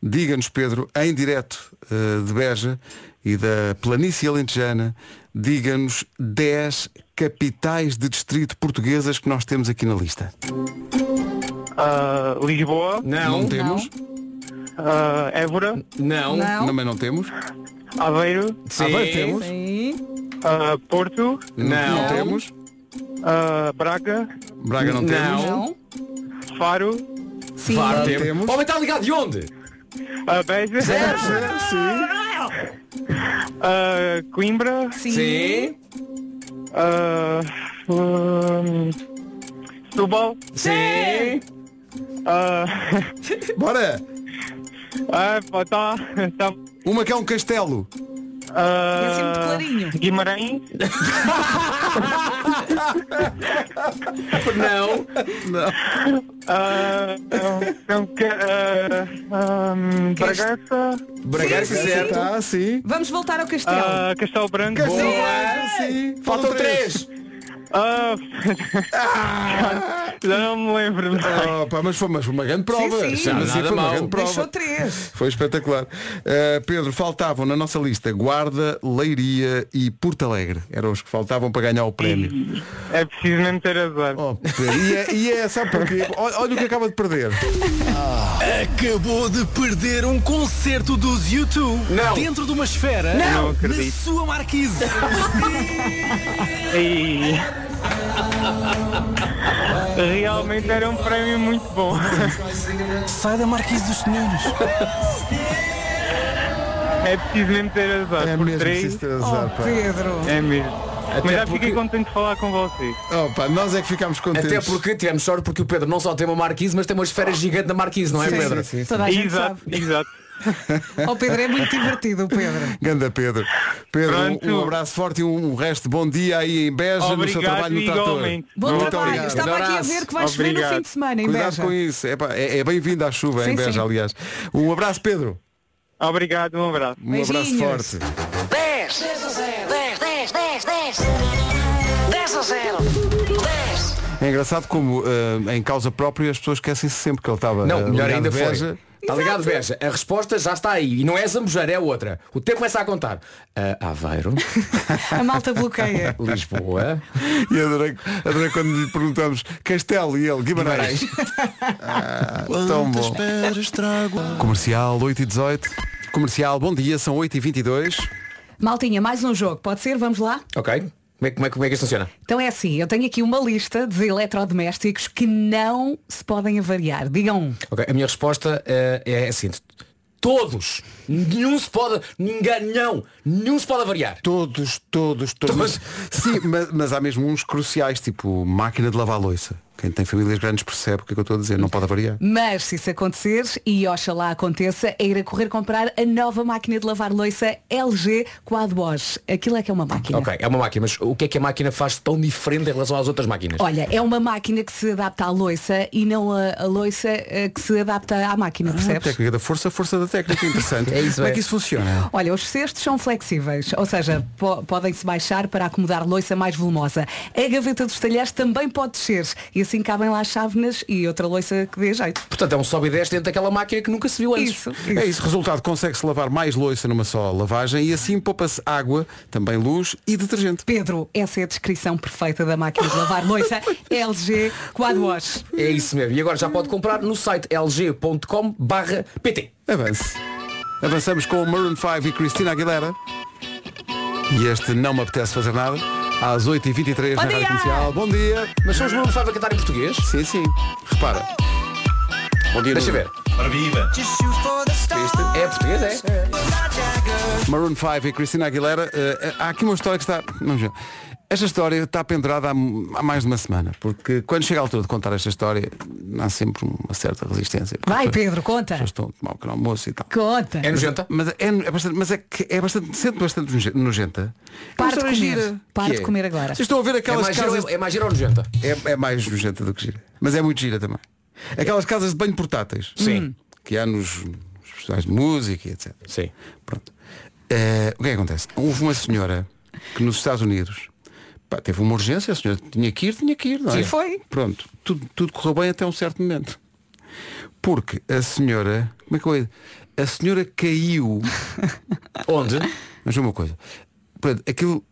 [SPEAKER 1] diga-nos, Pedro, em direto eh, de Beja e da Planície Alentejana, diga-nos 10 capitais de distrito portuguesas que nós temos aqui na lista.
[SPEAKER 11] Ah, Lisboa,
[SPEAKER 5] Não,
[SPEAKER 1] temos?
[SPEAKER 11] ah, Évora,
[SPEAKER 5] não,
[SPEAKER 7] Não.
[SPEAKER 1] Também não temos.
[SPEAKER 11] Aveiro,
[SPEAKER 5] sim,
[SPEAKER 1] Ah, vai, temos.
[SPEAKER 7] Sim.
[SPEAKER 11] ah, Porto,
[SPEAKER 5] Não.
[SPEAKER 1] temos.
[SPEAKER 11] ah, Braga,
[SPEAKER 1] Braga não, temos.
[SPEAKER 5] Não.
[SPEAKER 7] Não.
[SPEAKER 11] Faro,
[SPEAKER 7] Sim.
[SPEAKER 5] Var, temos.
[SPEAKER 1] temos.
[SPEAKER 5] Homem, está ligado de onde?
[SPEAKER 11] ah, Beja,
[SPEAKER 1] É, sim.
[SPEAKER 11] ah, Coimbra,
[SPEAKER 7] Sim.
[SPEAKER 5] Sim.
[SPEAKER 11] ah, hum, Setúbal,
[SPEAKER 5] Sim.
[SPEAKER 11] ah,
[SPEAKER 1] Bora!
[SPEAKER 11] ah,
[SPEAKER 12] É,
[SPEAKER 11] pá, tá, tá,
[SPEAKER 12] então,
[SPEAKER 1] Uma que é um castelo.
[SPEAKER 11] ah,
[SPEAKER 7] É assim muito clarinho.
[SPEAKER 11] Guimarães,
[SPEAKER 5] Não.
[SPEAKER 12] Não. não quer. ah, hum,
[SPEAKER 7] Queres-
[SPEAKER 12] Bragança.
[SPEAKER 7] Sim, sim, sim.
[SPEAKER 1] Ah,
[SPEAKER 7] Vamos voltar ao castelo.
[SPEAKER 12] Ah, Castelo Branco.
[SPEAKER 7] Castelo
[SPEAKER 12] Branco, sim.
[SPEAKER 7] Faltam três.
[SPEAKER 12] Ah, já não me lembro.
[SPEAKER 1] Ah, pá, mas foi mas foi uma grande prova.
[SPEAKER 12] Sim, sim.
[SPEAKER 1] Mas
[SPEAKER 12] Nada
[SPEAKER 1] foi uma
[SPEAKER 12] mal.
[SPEAKER 1] grande prova.
[SPEAKER 12] Deixou três.
[SPEAKER 1] Foi espetacular. Ah, Pedro, faltavam na nossa lista Guarda, Leiria e Porto Alegre. Eram os que faltavam para ganhar o prémio.
[SPEAKER 12] É preciso mesmo ter azar.
[SPEAKER 1] E é, e é sabe porquê? Olha, olha o que acaba de perder.
[SPEAKER 13] Acabou de perder um concerto dos YouTube
[SPEAKER 1] Não.
[SPEAKER 13] dentro de uma esfera
[SPEAKER 12] Não. Não
[SPEAKER 13] na
[SPEAKER 12] acredito.
[SPEAKER 13] sua marquise.
[SPEAKER 12] E... Realmente era um prémio muito bom.
[SPEAKER 13] Sai da marquise dos senhores.
[SPEAKER 12] É preciso mesmo ter azar.
[SPEAKER 1] É
[SPEAKER 12] por
[SPEAKER 1] mesmo
[SPEAKER 12] três.
[SPEAKER 1] preciso ter azar,
[SPEAKER 7] Oh.
[SPEAKER 1] pá. Pedro.
[SPEAKER 12] É mesmo.
[SPEAKER 1] Até
[SPEAKER 12] Mas já
[SPEAKER 1] porque-
[SPEAKER 12] fiquei contente de falar com você.
[SPEAKER 1] Opa, nós é que ficámos contentes.
[SPEAKER 5] Até porque tivemos sorte porque o Pedro não só tem uma marquise, mas tem uma esfera gigante na marquise, não é
[SPEAKER 1] Ah. Sim,
[SPEAKER 5] Pedro?
[SPEAKER 1] sim, sim.
[SPEAKER 7] Toda a gente
[SPEAKER 12] Exato, Tá, exato.
[SPEAKER 7] Ó Pedro, é muito divertido, o Pedro.
[SPEAKER 1] Ganda Pedro. Pedro, um-
[SPEAKER 12] Pronto.
[SPEAKER 1] um, abraço forte e um resto de bom dia aí em Beja, no seu
[SPEAKER 12] Obrigado,
[SPEAKER 1] trabalho no trator.
[SPEAKER 12] igualmente.
[SPEAKER 7] Bom
[SPEAKER 1] Muito
[SPEAKER 7] trabalho.
[SPEAKER 1] obrigado. Um
[SPEAKER 7] Estava aqui a ver que vai chover no
[SPEAKER 1] Obrigado.
[SPEAKER 7] fim de semana em
[SPEAKER 1] Cuidado
[SPEAKER 7] Beja.
[SPEAKER 1] com isso. Epá, É, é bem-vindo à chuva em
[SPEAKER 7] Sim,
[SPEAKER 1] Beja,
[SPEAKER 7] sim.
[SPEAKER 1] aliás. Um abraço, Pedro.
[SPEAKER 12] Obrigado, um abraço.
[SPEAKER 1] Um abraço forte.
[SPEAKER 11] 10, 10, 10, 10, 10. 10 a 0. 10.
[SPEAKER 1] É engraçado como eh, em causa própria as pessoas esquecem-se sempre que ele estava.
[SPEAKER 5] Não,
[SPEAKER 7] Ah,
[SPEAKER 1] eh,
[SPEAKER 5] melhor
[SPEAKER 1] ligado
[SPEAKER 5] ainda
[SPEAKER 1] a
[SPEAKER 5] foi. Está ligado, Beja? A resposta já está aí. E não é Zambujar, é outra. O tempo começa a contar. Ah, Aveiro.
[SPEAKER 7] A malta bloqueia.
[SPEAKER 5] Lisboa.
[SPEAKER 1] E adorei, adorei quando lhe perguntamos Castelo e ele, Guimarães. Ah, tão bom. Comercial 8 e 18. Comercial, bom dia, são 8 e 22.
[SPEAKER 7] Maltinha, mais um jogo, pode ser? Vamos lá?
[SPEAKER 5] Ok. Como é, que- como, é, que- como é que isto funciona?
[SPEAKER 7] Então é assim, eu tenho aqui uma lista de eletrodomésticos que não se podem avariar. Digam um.
[SPEAKER 5] Ok, A minha resposta eh, é assim. Todos. Nenhum se pode. Ninguém. Não. Nenhum se pode variar.
[SPEAKER 1] Todos, todos, todos. Mas, sim, mas, mas há mesmo uns cruciais, tipo máquina de lavar louça. Quem tem famílias grandes percebe o que é que eu estou a dizer, não pode variar.
[SPEAKER 7] Mas se isso acontecer, e oxalá aconteça, é ir a correr comprar a nova máquina de lavar louça LG Quadwash. Aquilo é que é uma máquina.
[SPEAKER 5] Ok, é uma máquina, mas o que é que a máquina faz tão diferente em relação às outras máquinas?
[SPEAKER 7] Olha, é uma máquina que se adapta à loiça e não a, a loiça eh, que se adapta à máquina,
[SPEAKER 1] A
[SPEAKER 7] percebes?
[SPEAKER 1] técnica da força, a força da técnica, interessante.
[SPEAKER 5] É isso,
[SPEAKER 1] Como é
[SPEAKER 5] é.
[SPEAKER 1] que isso funciona?
[SPEAKER 7] Olha, os cestos são flexíveis, ou seja, po- podem-se baixar para acomodar loiça mais volumosa. A gaveta dos talheres também pode descer e assim cabem lá chávenas e outra loiça que dê jeito.
[SPEAKER 5] Portanto, é um sobe e desce dentro daquela máquina que nunca se viu antes.
[SPEAKER 7] Isso,
[SPEAKER 1] É isso, resultado, consegue-se lavar mais louça numa só lavagem e assim poupa-se água, também luz e detergente.
[SPEAKER 7] Pedro, essa é a descrição perfeita da máquina de lavar louça LG Quadwash.
[SPEAKER 5] É isso mesmo. E agora já pode comprar no site lg.com barra pt.
[SPEAKER 1] Avance. Avançamos com o Maroon 5 e Cristina Aguilera. E este não me apetece fazer nada. Às 8h23 na
[SPEAKER 5] Bom
[SPEAKER 1] Rádio
[SPEAKER 5] dia!
[SPEAKER 1] Comercial. Bom dia!
[SPEAKER 5] Mas são os Maroon 5 a cantar em português?
[SPEAKER 1] Sim, sim. Repara. Bom dia,
[SPEAKER 5] Deixa
[SPEAKER 1] Nuno.
[SPEAKER 5] ver. Este é português, é?
[SPEAKER 1] Maroon 5 e Cristina Aguilera. eh, eh, há aqui uma história que está. Vamos ver. Esta história está pendurada há, há mais de uma semana, porque quando chega a altura de contar esta história, há sempre uma certa resistência. Porque
[SPEAKER 7] Vai
[SPEAKER 1] as pessoas-
[SPEAKER 7] Pedro,
[SPEAKER 1] as
[SPEAKER 7] conta.
[SPEAKER 1] pessoas estão a tomar o pequeno almoço e tal.
[SPEAKER 7] Conta.
[SPEAKER 5] É nojenta?
[SPEAKER 1] Mas é, é bastante, mas é que é bastante, sendo bastante noje- nojenta. é uma
[SPEAKER 7] Para de
[SPEAKER 1] história
[SPEAKER 7] comer.
[SPEAKER 1] gira.
[SPEAKER 7] Para
[SPEAKER 1] Que
[SPEAKER 7] de
[SPEAKER 1] é?
[SPEAKER 7] comer agora.
[SPEAKER 1] Vocês estão a ver
[SPEAKER 5] É
[SPEAKER 1] aquelas
[SPEAKER 5] mais, gira,
[SPEAKER 1] casas.
[SPEAKER 5] ou- é mais gira ou nojenta?
[SPEAKER 1] É, é mais nojenta do que gira. Mas é muito gira também. Aquelas casas de banho portáteis.
[SPEAKER 7] Hum.
[SPEAKER 5] Sim.
[SPEAKER 1] Que há nos, nos festivais de música e etc.
[SPEAKER 5] Sim.
[SPEAKER 1] Pronto. Eh, o que é que acontece? Houve uma senhora que nos Estados Unidos pá, teve uma urgência, a senhora tinha que ir, tinha que ir, não é?
[SPEAKER 7] Sim, foi.
[SPEAKER 1] Pronto. Tudo, tudo correu bem até um certo momento. Porque a senhora. Como é que eu ia- A senhora caiu.
[SPEAKER 5] Onde?
[SPEAKER 1] Mas é uma coisa. Pronto, aquilo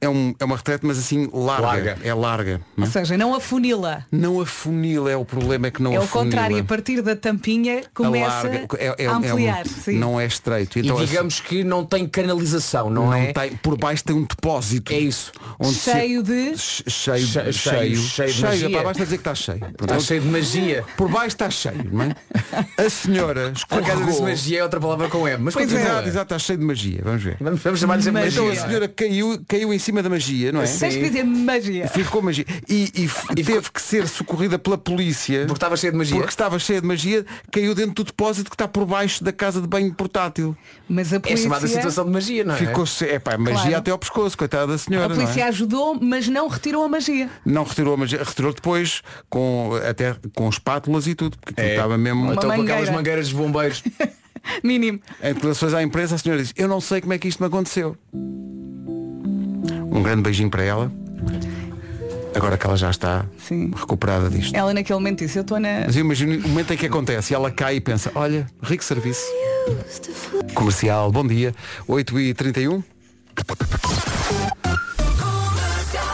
[SPEAKER 1] é, um- é uma retrete, mas assim larga.
[SPEAKER 5] Larga.
[SPEAKER 1] É larga. Não,
[SPEAKER 7] Ou
[SPEAKER 1] é?
[SPEAKER 7] seja, não afunila.
[SPEAKER 1] não afunila, é o problema é que não
[SPEAKER 7] É o
[SPEAKER 1] afunila.
[SPEAKER 7] contrário, a partir da tampinha começa
[SPEAKER 1] Alarga. É- é- é
[SPEAKER 7] a
[SPEAKER 1] um-
[SPEAKER 7] ampliar. sim.
[SPEAKER 1] não é estreito.
[SPEAKER 5] E
[SPEAKER 1] Então, a
[SPEAKER 5] digamos assim, que não tem canalização, não,
[SPEAKER 1] Não
[SPEAKER 5] é?
[SPEAKER 1] tem- por baixo tem um depósito.
[SPEAKER 5] É isso.
[SPEAKER 1] Onde se-
[SPEAKER 7] Cheio de.
[SPEAKER 1] Che- cheio,
[SPEAKER 5] Che-
[SPEAKER 1] cheio,
[SPEAKER 5] cheio, cheio de magia.
[SPEAKER 1] epá, basta dizer que está cheio. Pronto,
[SPEAKER 5] Está
[SPEAKER 1] eu-
[SPEAKER 5] cheio de magia.
[SPEAKER 1] Por baixo está cheio, não é? A senhora
[SPEAKER 5] Por acaso disse
[SPEAKER 1] escorregou.
[SPEAKER 5] magia é outra palavra com M. Mas
[SPEAKER 1] Pois é,
[SPEAKER 5] continua.
[SPEAKER 1] exato, exato, está cheio de magia. Vamos ver.
[SPEAKER 5] Vamos, vamos chamar-lhe sempre
[SPEAKER 1] Então
[SPEAKER 5] magia.
[SPEAKER 1] a senhora caiu, caiu em cima cima da magia, não é?
[SPEAKER 7] Tens que dizer magia.
[SPEAKER 1] Ficou magia. E, e f- teve que ser socorrida pela polícia. Porque
[SPEAKER 5] estava cheia de magia.
[SPEAKER 1] Porque estava cheia de magia, caiu dentro do depósito que está por baixo da casa de banho portátil.
[SPEAKER 7] Mas
[SPEAKER 1] É
[SPEAKER 7] a
[SPEAKER 5] É
[SPEAKER 7] polícia...
[SPEAKER 5] Ah,
[SPEAKER 1] Ficou, é pá, magia
[SPEAKER 7] Claro.
[SPEAKER 1] até ao pescoço, coitada da senhora.
[SPEAKER 7] A
[SPEAKER 1] não é?
[SPEAKER 7] polícia ajudou, mas não retirou a magia.
[SPEAKER 1] Não retirou, mas retirou depois com até com espátulas e tudo, porque aquilo estava mesmo
[SPEAKER 7] Ou então Uma com aquelas mangueira.
[SPEAKER 5] mangueiras de bombeiros.
[SPEAKER 7] Mínimo.
[SPEAKER 1] Em declarações à imprensa, a senhora diz: "Eu não sei como é que isto me aconteceu". Um grande beijinho para ela. Agora que ela já está recuperada disto.
[SPEAKER 7] Ela naquele momento disse, eu estou na...
[SPEAKER 1] Mas eu imagino o momento em que acontece, e ela cai e pensa: "Olha, rico serviço". Comercial, bom dia. 8h31.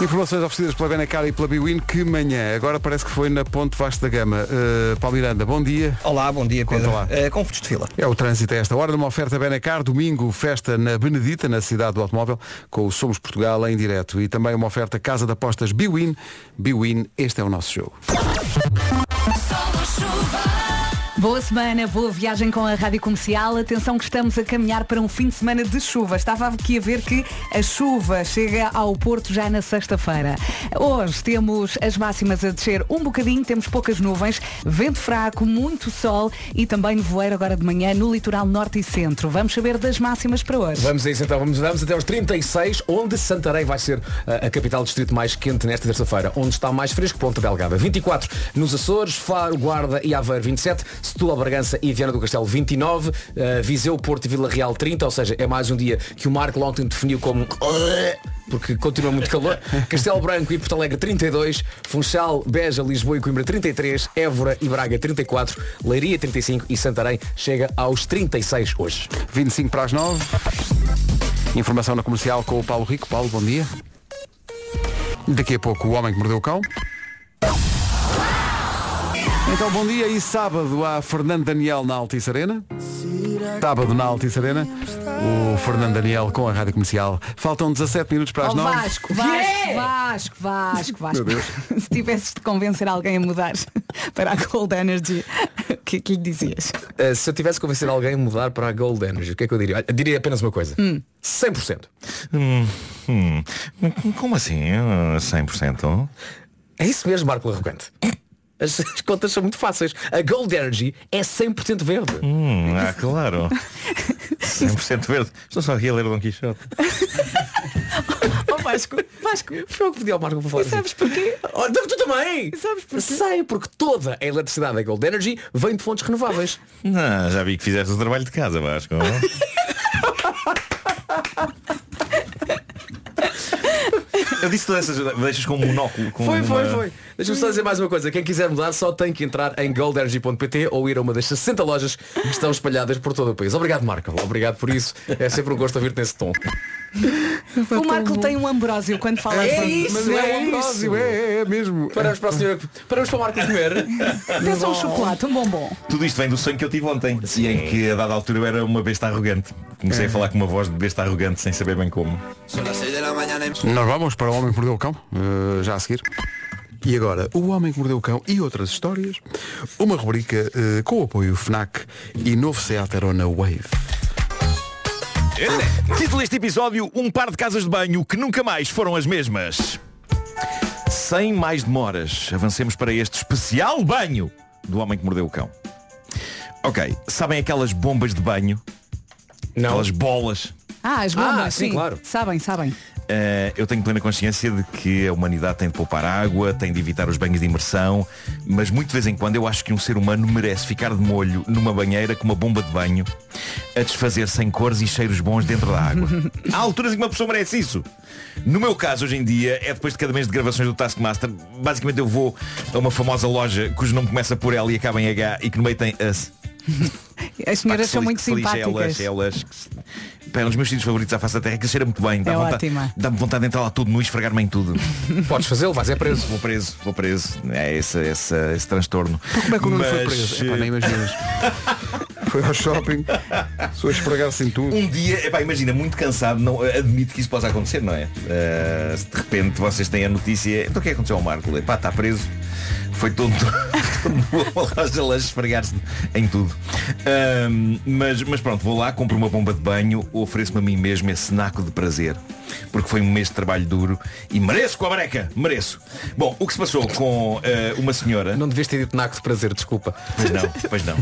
[SPEAKER 1] Informações oferecidas pela Benacar e pela Biwin, que manhã, agora parece que foi na Ponte Vasco da Gama. Uh, Paulo Miranda, bom dia.
[SPEAKER 6] Olá, bom dia, Eh,
[SPEAKER 1] Pedro.
[SPEAKER 6] com futos de fila.
[SPEAKER 1] É o trânsito a esta hora, numa oferta Benacar, domingo, festa na Benedita, na cidade do automóvel, com o Somos Portugal em direto. E também uma oferta Casa de Apostas Biwin. Biwin, este é o nosso jogo.
[SPEAKER 7] Boa semana, boa viagem com a Rádio Comercial. Atenção que estamos a caminhar para um fim de semana de chuva. Estava aqui a ver que a chuva chega ao Porto já na sexta-feira. Hoje temos as máximas a descer um bocadinho, temos poucas nuvens, vento fraco, muito sol e também nevoeiro agora de manhã no litoral norte e centro. Vamos saber das máximas para hoje.
[SPEAKER 5] Vamos a isso então, vamos, vamos até aos 36, onde Santarém vai ser ah, a capital do distrito mais quente nesta terça-feira, onde está mais fresco Ponta Delgada. 24 nos Açores, Faro, Guarda e Aveiro 27, Setúbal, Bragança e Viana do Castelo 29, ah, Viseu, Porto e Vila Real 30, ou seja, é mais um dia que o Marco ontem definiu como porque continua muito calor. Castelo Branco e Porto Alegre 32, Funchal, Beja, Lisboa e Coimbra 33, Évora e Braga 34, Leiria 35 e Santarém chega aos 36 hoje.
[SPEAKER 1] 25 para as 9. Informação na comercial com o Paulo Rico. Paulo, bom dia. Daqui a pouco o homem que mordeu o cão. Então bom dia e sábado há Fernando Daniel na Altice Arena. Sábado na Altice Arena. O Fernando Daniel com a Rádio Comercial. Faltam 17 minutos para as
[SPEAKER 7] Oh,
[SPEAKER 1] 9.
[SPEAKER 7] Vasco, Vasco, Vasco, Vasco, Vasco.
[SPEAKER 1] Meu Deus.
[SPEAKER 7] Se tivesses de convencer alguém a mudar para a Cold Energy, o que é que lhe dizias?
[SPEAKER 5] Uh, se eu tivesse que convencer alguém a mudar para a Gold Energy, o que é que eu diria? Olha, Diria apenas uma coisa.
[SPEAKER 7] Hum.
[SPEAKER 5] 100%.
[SPEAKER 14] Hum, hum, como assim? ah, 100%?
[SPEAKER 5] É isso mesmo, Marco Arrogante. As, as contas são muito fáceis. A Gold Energy é 100% verde.
[SPEAKER 14] Hum, ah, claro. 100% verde. Estou só aqui a ler o Don Quixote.
[SPEAKER 5] Oh Vasco, Vasco, foi eu que pedi ao Marco para falar. E sabes porquê? Oh, tu, tu também! sabes porquê? Sei, porque toda a eletricidade da Gold Energy vem de fontes renováveis.
[SPEAKER 14] Não, já vi que fizeste o trabalho de casa, Vasco. Eu disse todas essas deixas com um monóculo. Com
[SPEAKER 5] Foi, foi,
[SPEAKER 6] é?
[SPEAKER 14] uma-
[SPEAKER 5] foi. Deixa-me só dizer mais uma coisa. Quem quiser mudar só tem que entrar em goldenergy.pt ou ir a uma das 60 lojas que estão espalhadas por todo o país. Obrigado, Marco. Obrigado por isso. É sempre um gosto ouvir-te nesse tom.
[SPEAKER 7] O Marco tem um Ambrósio quando fala
[SPEAKER 5] É
[SPEAKER 7] quando-
[SPEAKER 5] isso,
[SPEAKER 7] Mas
[SPEAKER 5] é
[SPEAKER 7] um
[SPEAKER 5] isso.
[SPEAKER 1] é, é mesmo.
[SPEAKER 5] Paramos para, o senhor, paramos para o Marco comer.
[SPEAKER 7] Pensa um chocolate, um bombom.
[SPEAKER 14] Tudo isto vem do sonho que eu tive ontem e em que a dada altura eu era uma besta arrogante. Comecei
[SPEAKER 12] É.
[SPEAKER 14] a falar com uma voz de besta arrogante sem saber bem como.
[SPEAKER 1] Nós vamos para o Homem que Mordeu o Cão, eh, já a seguir. E agora, o Homem que Mordeu o Cão e outras histórias, uma rubrica eh, com o apoio FNAC e novo Seat Arona Wave.
[SPEAKER 14] Título deste episódio, um par de casas de banho que nunca mais foram as mesmas. Sem mais demoras, avancemos para este especial banho do homem que mordeu o cão. Ok, sabem aquelas bombas de banho? Não. Aquelas bolas.
[SPEAKER 7] Ah, as bombas,
[SPEAKER 14] Ah, sim, claro.
[SPEAKER 7] Sabem, sabem.
[SPEAKER 14] Eh, eu tenho plena consciência de que a humanidade tem de poupar água, tem de evitar os banhos de imersão, mas muito de vez em quando eu acho que um ser humano merece ficar de molho numa banheira com uma bomba de banho a desfazer sem cores e cheiros bons dentro da água. Há alturas em que uma pessoa merece isso. No meu caso, hoje em dia, é depois de cada mês de gravações do Taskmaster, basicamente eu vou a uma famosa loja cujo nome começa por L e acaba em H e que no meio tem as.
[SPEAKER 7] As senhoras
[SPEAKER 14] Pá, que
[SPEAKER 7] são
[SPEAKER 14] se lixe-
[SPEAKER 7] muito
[SPEAKER 14] que se lixe Elas,
[SPEAKER 7] simpáticas.
[SPEAKER 14] elas, que se- Pá, é um dos meus sítios favoritos à face da terra, que cheira muito bem. Dá
[SPEAKER 7] É
[SPEAKER 14] vontade,
[SPEAKER 7] ótima.
[SPEAKER 14] dá-me vontade de entrar lá tudo nu e esfregar-me em tudo.
[SPEAKER 5] Podes fazê-lo, vais é preso.
[SPEAKER 14] Vou preso, vou preso. É esse, esse, esse transtorno.
[SPEAKER 1] Como é que o Nuno foi
[SPEAKER 14] Mas,
[SPEAKER 1] preso? Epá,
[SPEAKER 14] eh,
[SPEAKER 1] nem imaginas. foi ao shopping, sou a esfregar-se em tudo.
[SPEAKER 14] Um dia, epá, imagina, muito cansado, não, admito que isso possa acontecer, não é? Eh, se de repente vocês têm a notícia, então o que é que aconteceu ao Marco? Epá, está preso, foi todo vou lá às lajes esfregar-se em tudo. Ahm, mas, mas pronto, vou lá, compro uma bomba de banho, ofereço-me a mim mesmo esse naco de prazer. Porque foi um mês de trabalho duro e mereço com a breca, mereço. Bom, o que se passou com eh, uma senhora. Não devias ter dito naco de prazer, desculpa. Pois não, pois não.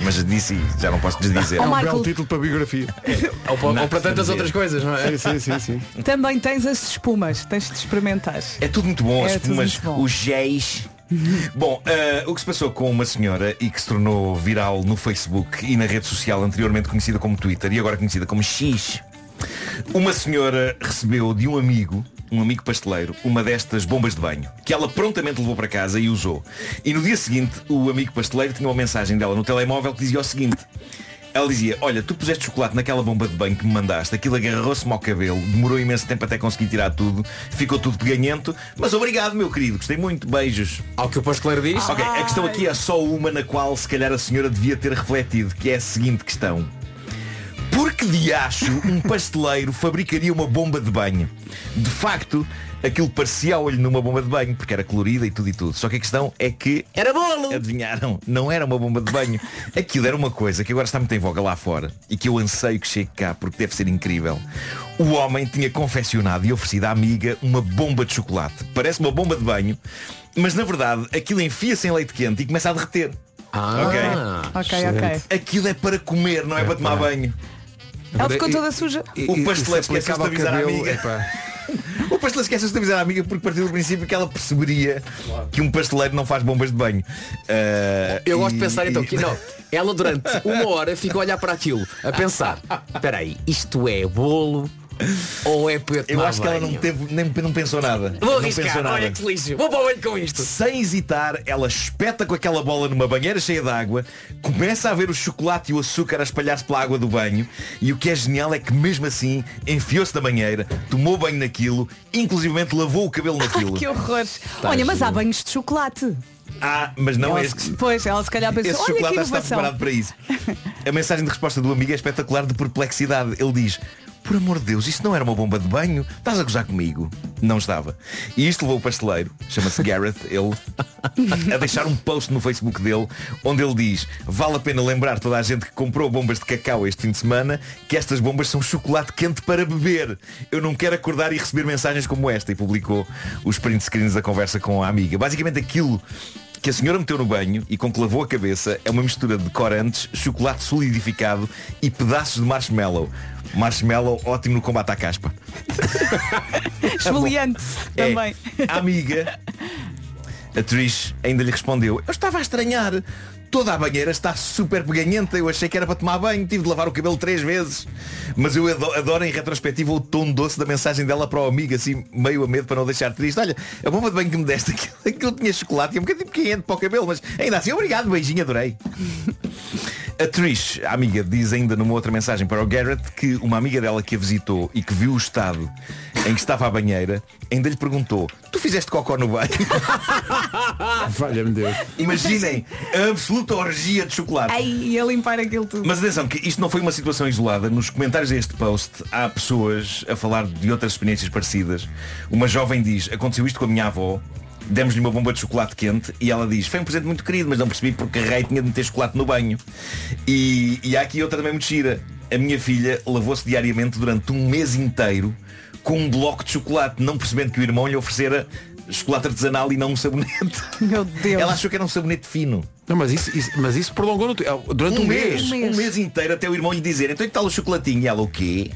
[SPEAKER 14] Mas disse, e já não posso desdizer.
[SPEAKER 1] É um belo título para a biografia.
[SPEAKER 14] Ou
[SPEAKER 5] para- ou para tantas outras coisas, não é?
[SPEAKER 1] Sim, sim, sim. sim.
[SPEAKER 7] Também tens as espumas, tens de experimentar.
[SPEAKER 14] É tudo muito bom, as
[SPEAKER 7] É tudo
[SPEAKER 14] espumas,
[SPEAKER 7] muito bom.
[SPEAKER 14] os géis. Bom, eh, o que se passou com uma senhora e que se tornou viral no Facebook e na rede social anteriormente conhecida como Twitter e agora conhecida como X. Uma senhora recebeu de um amigo, um amigo pasteleiro, uma destas bombas de banho, que ela prontamente levou para casa e usou. E no dia seguinte, o amigo pasteleiro tinha uma mensagem dela no telemóvel que dizia o seguinte. Ela dizia, olha, tu puseste chocolate naquela bomba de banho que me mandaste, aquilo agarrou-se-me ao cabelo, demorou imenso tempo até conseguir tirar tudo, ficou tudo peganhento, mas obrigado, meu querido, gostei muito, beijos. Ao que o pasteleiro diz. Ok, a questão aqui é só uma na qual se calhar a senhora devia ter refletido, que é a seguinte questão. Por que de acho um pasteleiro fabricaria uma bomba de banho? De facto, aquilo parecia a olho numa bomba de banho, porque era colorida e tudo e tudo. Só que a questão é que... Era bolo! Adivinharam? Não era uma bomba de banho. Aquilo era uma coisa que agora está muito em voga lá fora e que eu anseio que chegue cá, porque deve ser incrível. O homem tinha confeccionado e oferecido à amiga uma bomba de chocolate. Parece uma bomba de banho, mas na verdade aquilo enfia-se em leite quente e começa a derreter.
[SPEAKER 7] Ah, ok, ok.
[SPEAKER 14] Aquilo é para comer, não é, para tomar banho.
[SPEAKER 7] Ela ficou toda suja.
[SPEAKER 14] O pasteleiro esqueceu de avisar a amiga. O pasteleiro esqueceu de avisar a amiga porque partiu do princípio que ela perceberia que um pasteleiro não faz bombas de banho. Ah,
[SPEAKER 5] Eu gosto de
[SPEAKER 14] e-
[SPEAKER 5] pensar então
[SPEAKER 14] e-
[SPEAKER 5] que não. Ela durante uma hora fica a olhar para aquilo, a pensar, espera aí, isto é bolo ou é para eu
[SPEAKER 14] Eu
[SPEAKER 5] tomar
[SPEAKER 14] acho que ela não
[SPEAKER 5] banho?"
[SPEAKER 14] teve, nem, não pensou nada.
[SPEAKER 5] Vou
[SPEAKER 14] Não
[SPEAKER 5] arriscar,
[SPEAKER 14] pensou nada.
[SPEAKER 5] olha que lixo, vou para o banho com isto.
[SPEAKER 14] Sem hesitar, ela espeta com aquela bola numa banheira cheia de água, começa a ver o chocolate e o açúcar a espalhar-se pela água do banho, e o que é genial é que mesmo assim enfiou-se da banheira, tomou banho naquilo, inclusivamente lavou o cabelo naquilo.
[SPEAKER 7] Que horrores.
[SPEAKER 14] Tá
[SPEAKER 7] Olha, mas
[SPEAKER 14] giro.
[SPEAKER 7] há banhos de chocolate.
[SPEAKER 14] Ah, mas não
[SPEAKER 7] ela,
[SPEAKER 14] é esse que
[SPEAKER 7] Pois, ela se calhar pensou,
[SPEAKER 14] Esse
[SPEAKER 7] olha que
[SPEAKER 14] chocolate acho que está
[SPEAKER 7] inovação.
[SPEAKER 14] preparado para isso. A mensagem de resposta do amigo é espetacular de perplexidade. Ele diz, por amor de Deus, isso não era uma bomba de banho? Estás a gozar comigo? Não estava. E isto levou o pasteleiro, chama-se Gareth, ele, a deixar um post no Facebook dele, onde ele diz, vale a pena lembrar toda a gente que comprou bombas de cacau este fim de semana, que estas bombas são chocolate quente para beber. Eu não quero acordar e receber mensagens como esta. E publicou os print screens da conversa com a amiga. Basicamente aquilo que a senhora meteu no banho e com que lavou a cabeça é uma mistura de corantes, chocolate solidificado e pedaços de marshmallow. Marshmallow ótimo no combate à caspa.
[SPEAKER 7] Esfoliante
[SPEAKER 14] Tá É,
[SPEAKER 7] também.
[SPEAKER 14] a amiga, a Trish, ainda lhe respondeu, eu estava a estranhar. Toda a banheira está super peganhenta, eu achei que era para tomar banho, tive de lavar o cabelo três vezes. Mas eu ado- adoro em retrospectiva o tom doce da mensagem dela para o amigo, assim, meio a medo para não deixar triste. Olha, a bomba de banho que me deste, aquilo, aquilo tinha chocolate e um bocadinho pequeno para o cabelo, mas ainda assim, obrigado, beijinho, adorei. A Trish, a amiga, diz ainda numa outra mensagem para o Garrett que uma amiga dela que a visitou e que viu o estado em que estava a banheira, ainda lhe perguntou, tu fizeste cocó no banho?
[SPEAKER 1] Valha-me Deus.
[SPEAKER 14] Um Imaginem a absoluta orgia de chocolate.
[SPEAKER 7] Ai, e a limpar aquilo tudo.
[SPEAKER 14] Mas atenção, que isto não foi uma situação isolada. Nos comentários deste post há pessoas a falar de outras experiências parecidas. Uma jovem diz, aconteceu isto com a minha avó, demos-lhe uma bomba de chocolate quente e ela diz, foi um presente muito querido, mas não percebi porque a rei tinha de meter chocolate no banho. E, e há aqui outra também muito gira. A minha filha lavou-se diariamente durante um mês inteiro com um bloco de chocolate, não percebendo que o irmão lhe oferecera chocolate artesanal e não um sabonete.
[SPEAKER 7] Meu Deus.
[SPEAKER 14] Ela achou que era um sabonete fino.
[SPEAKER 1] Não, mas isso, isso- mas isso prolongou no te-
[SPEAKER 5] é,
[SPEAKER 1] ah, durante um, mês.
[SPEAKER 14] Um mês. inteiro até o irmão lhe dizer, então e que tal o chocolatinho? E ela o quê?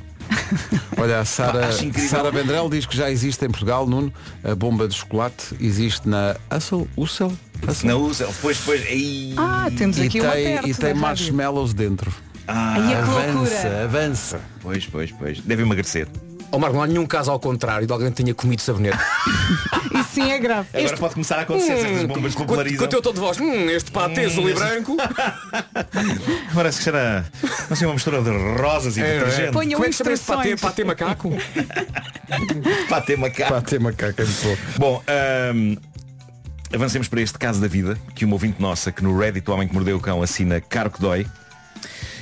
[SPEAKER 1] Olha, a Sara,
[SPEAKER 14] Acho incrível.
[SPEAKER 1] Sara Vendrell diz que já existe em Portugal, Nuno, a bomba de chocolate existe na Ussel. Ussel? Ussel?
[SPEAKER 14] Na Ussel. Pois, pois. Aí...
[SPEAKER 7] Ah, temos
[SPEAKER 1] e
[SPEAKER 7] aqui
[SPEAKER 1] tem,
[SPEAKER 7] uma perto
[SPEAKER 1] E tem
[SPEAKER 7] da rádio.
[SPEAKER 1] marshmallows dentro.
[SPEAKER 7] Ai, é que
[SPEAKER 1] avança,
[SPEAKER 7] loucura.
[SPEAKER 1] avança.
[SPEAKER 14] Pois, pois, pois. Deve emagrecer.
[SPEAKER 5] Oh Marco, não há nenhum caso ao contrário de alguém que tenha comido sabonete.
[SPEAKER 7] Isso sim é grave.
[SPEAKER 14] Agora pode começar a acontecer certas bombas
[SPEAKER 5] Hum. com-
[SPEAKER 14] popularizam.
[SPEAKER 5] Com o teu tom de voz, hum, este patê azul e branco.
[SPEAKER 14] Parece que será, não sei, uma mistura de rosas e
[SPEAKER 5] É, é.
[SPEAKER 14] detergente.
[SPEAKER 5] Ponham
[SPEAKER 7] um
[SPEAKER 5] Como é que se chama esse patê? instruções. Patê
[SPEAKER 14] macaco? patê macaco. Patê macaco, é Bom, ahm, avancemos para este caso da vida, que uma ouvinte nossa, que no Reddit o Homem que Mordeu o Cão assina Caro que Dói,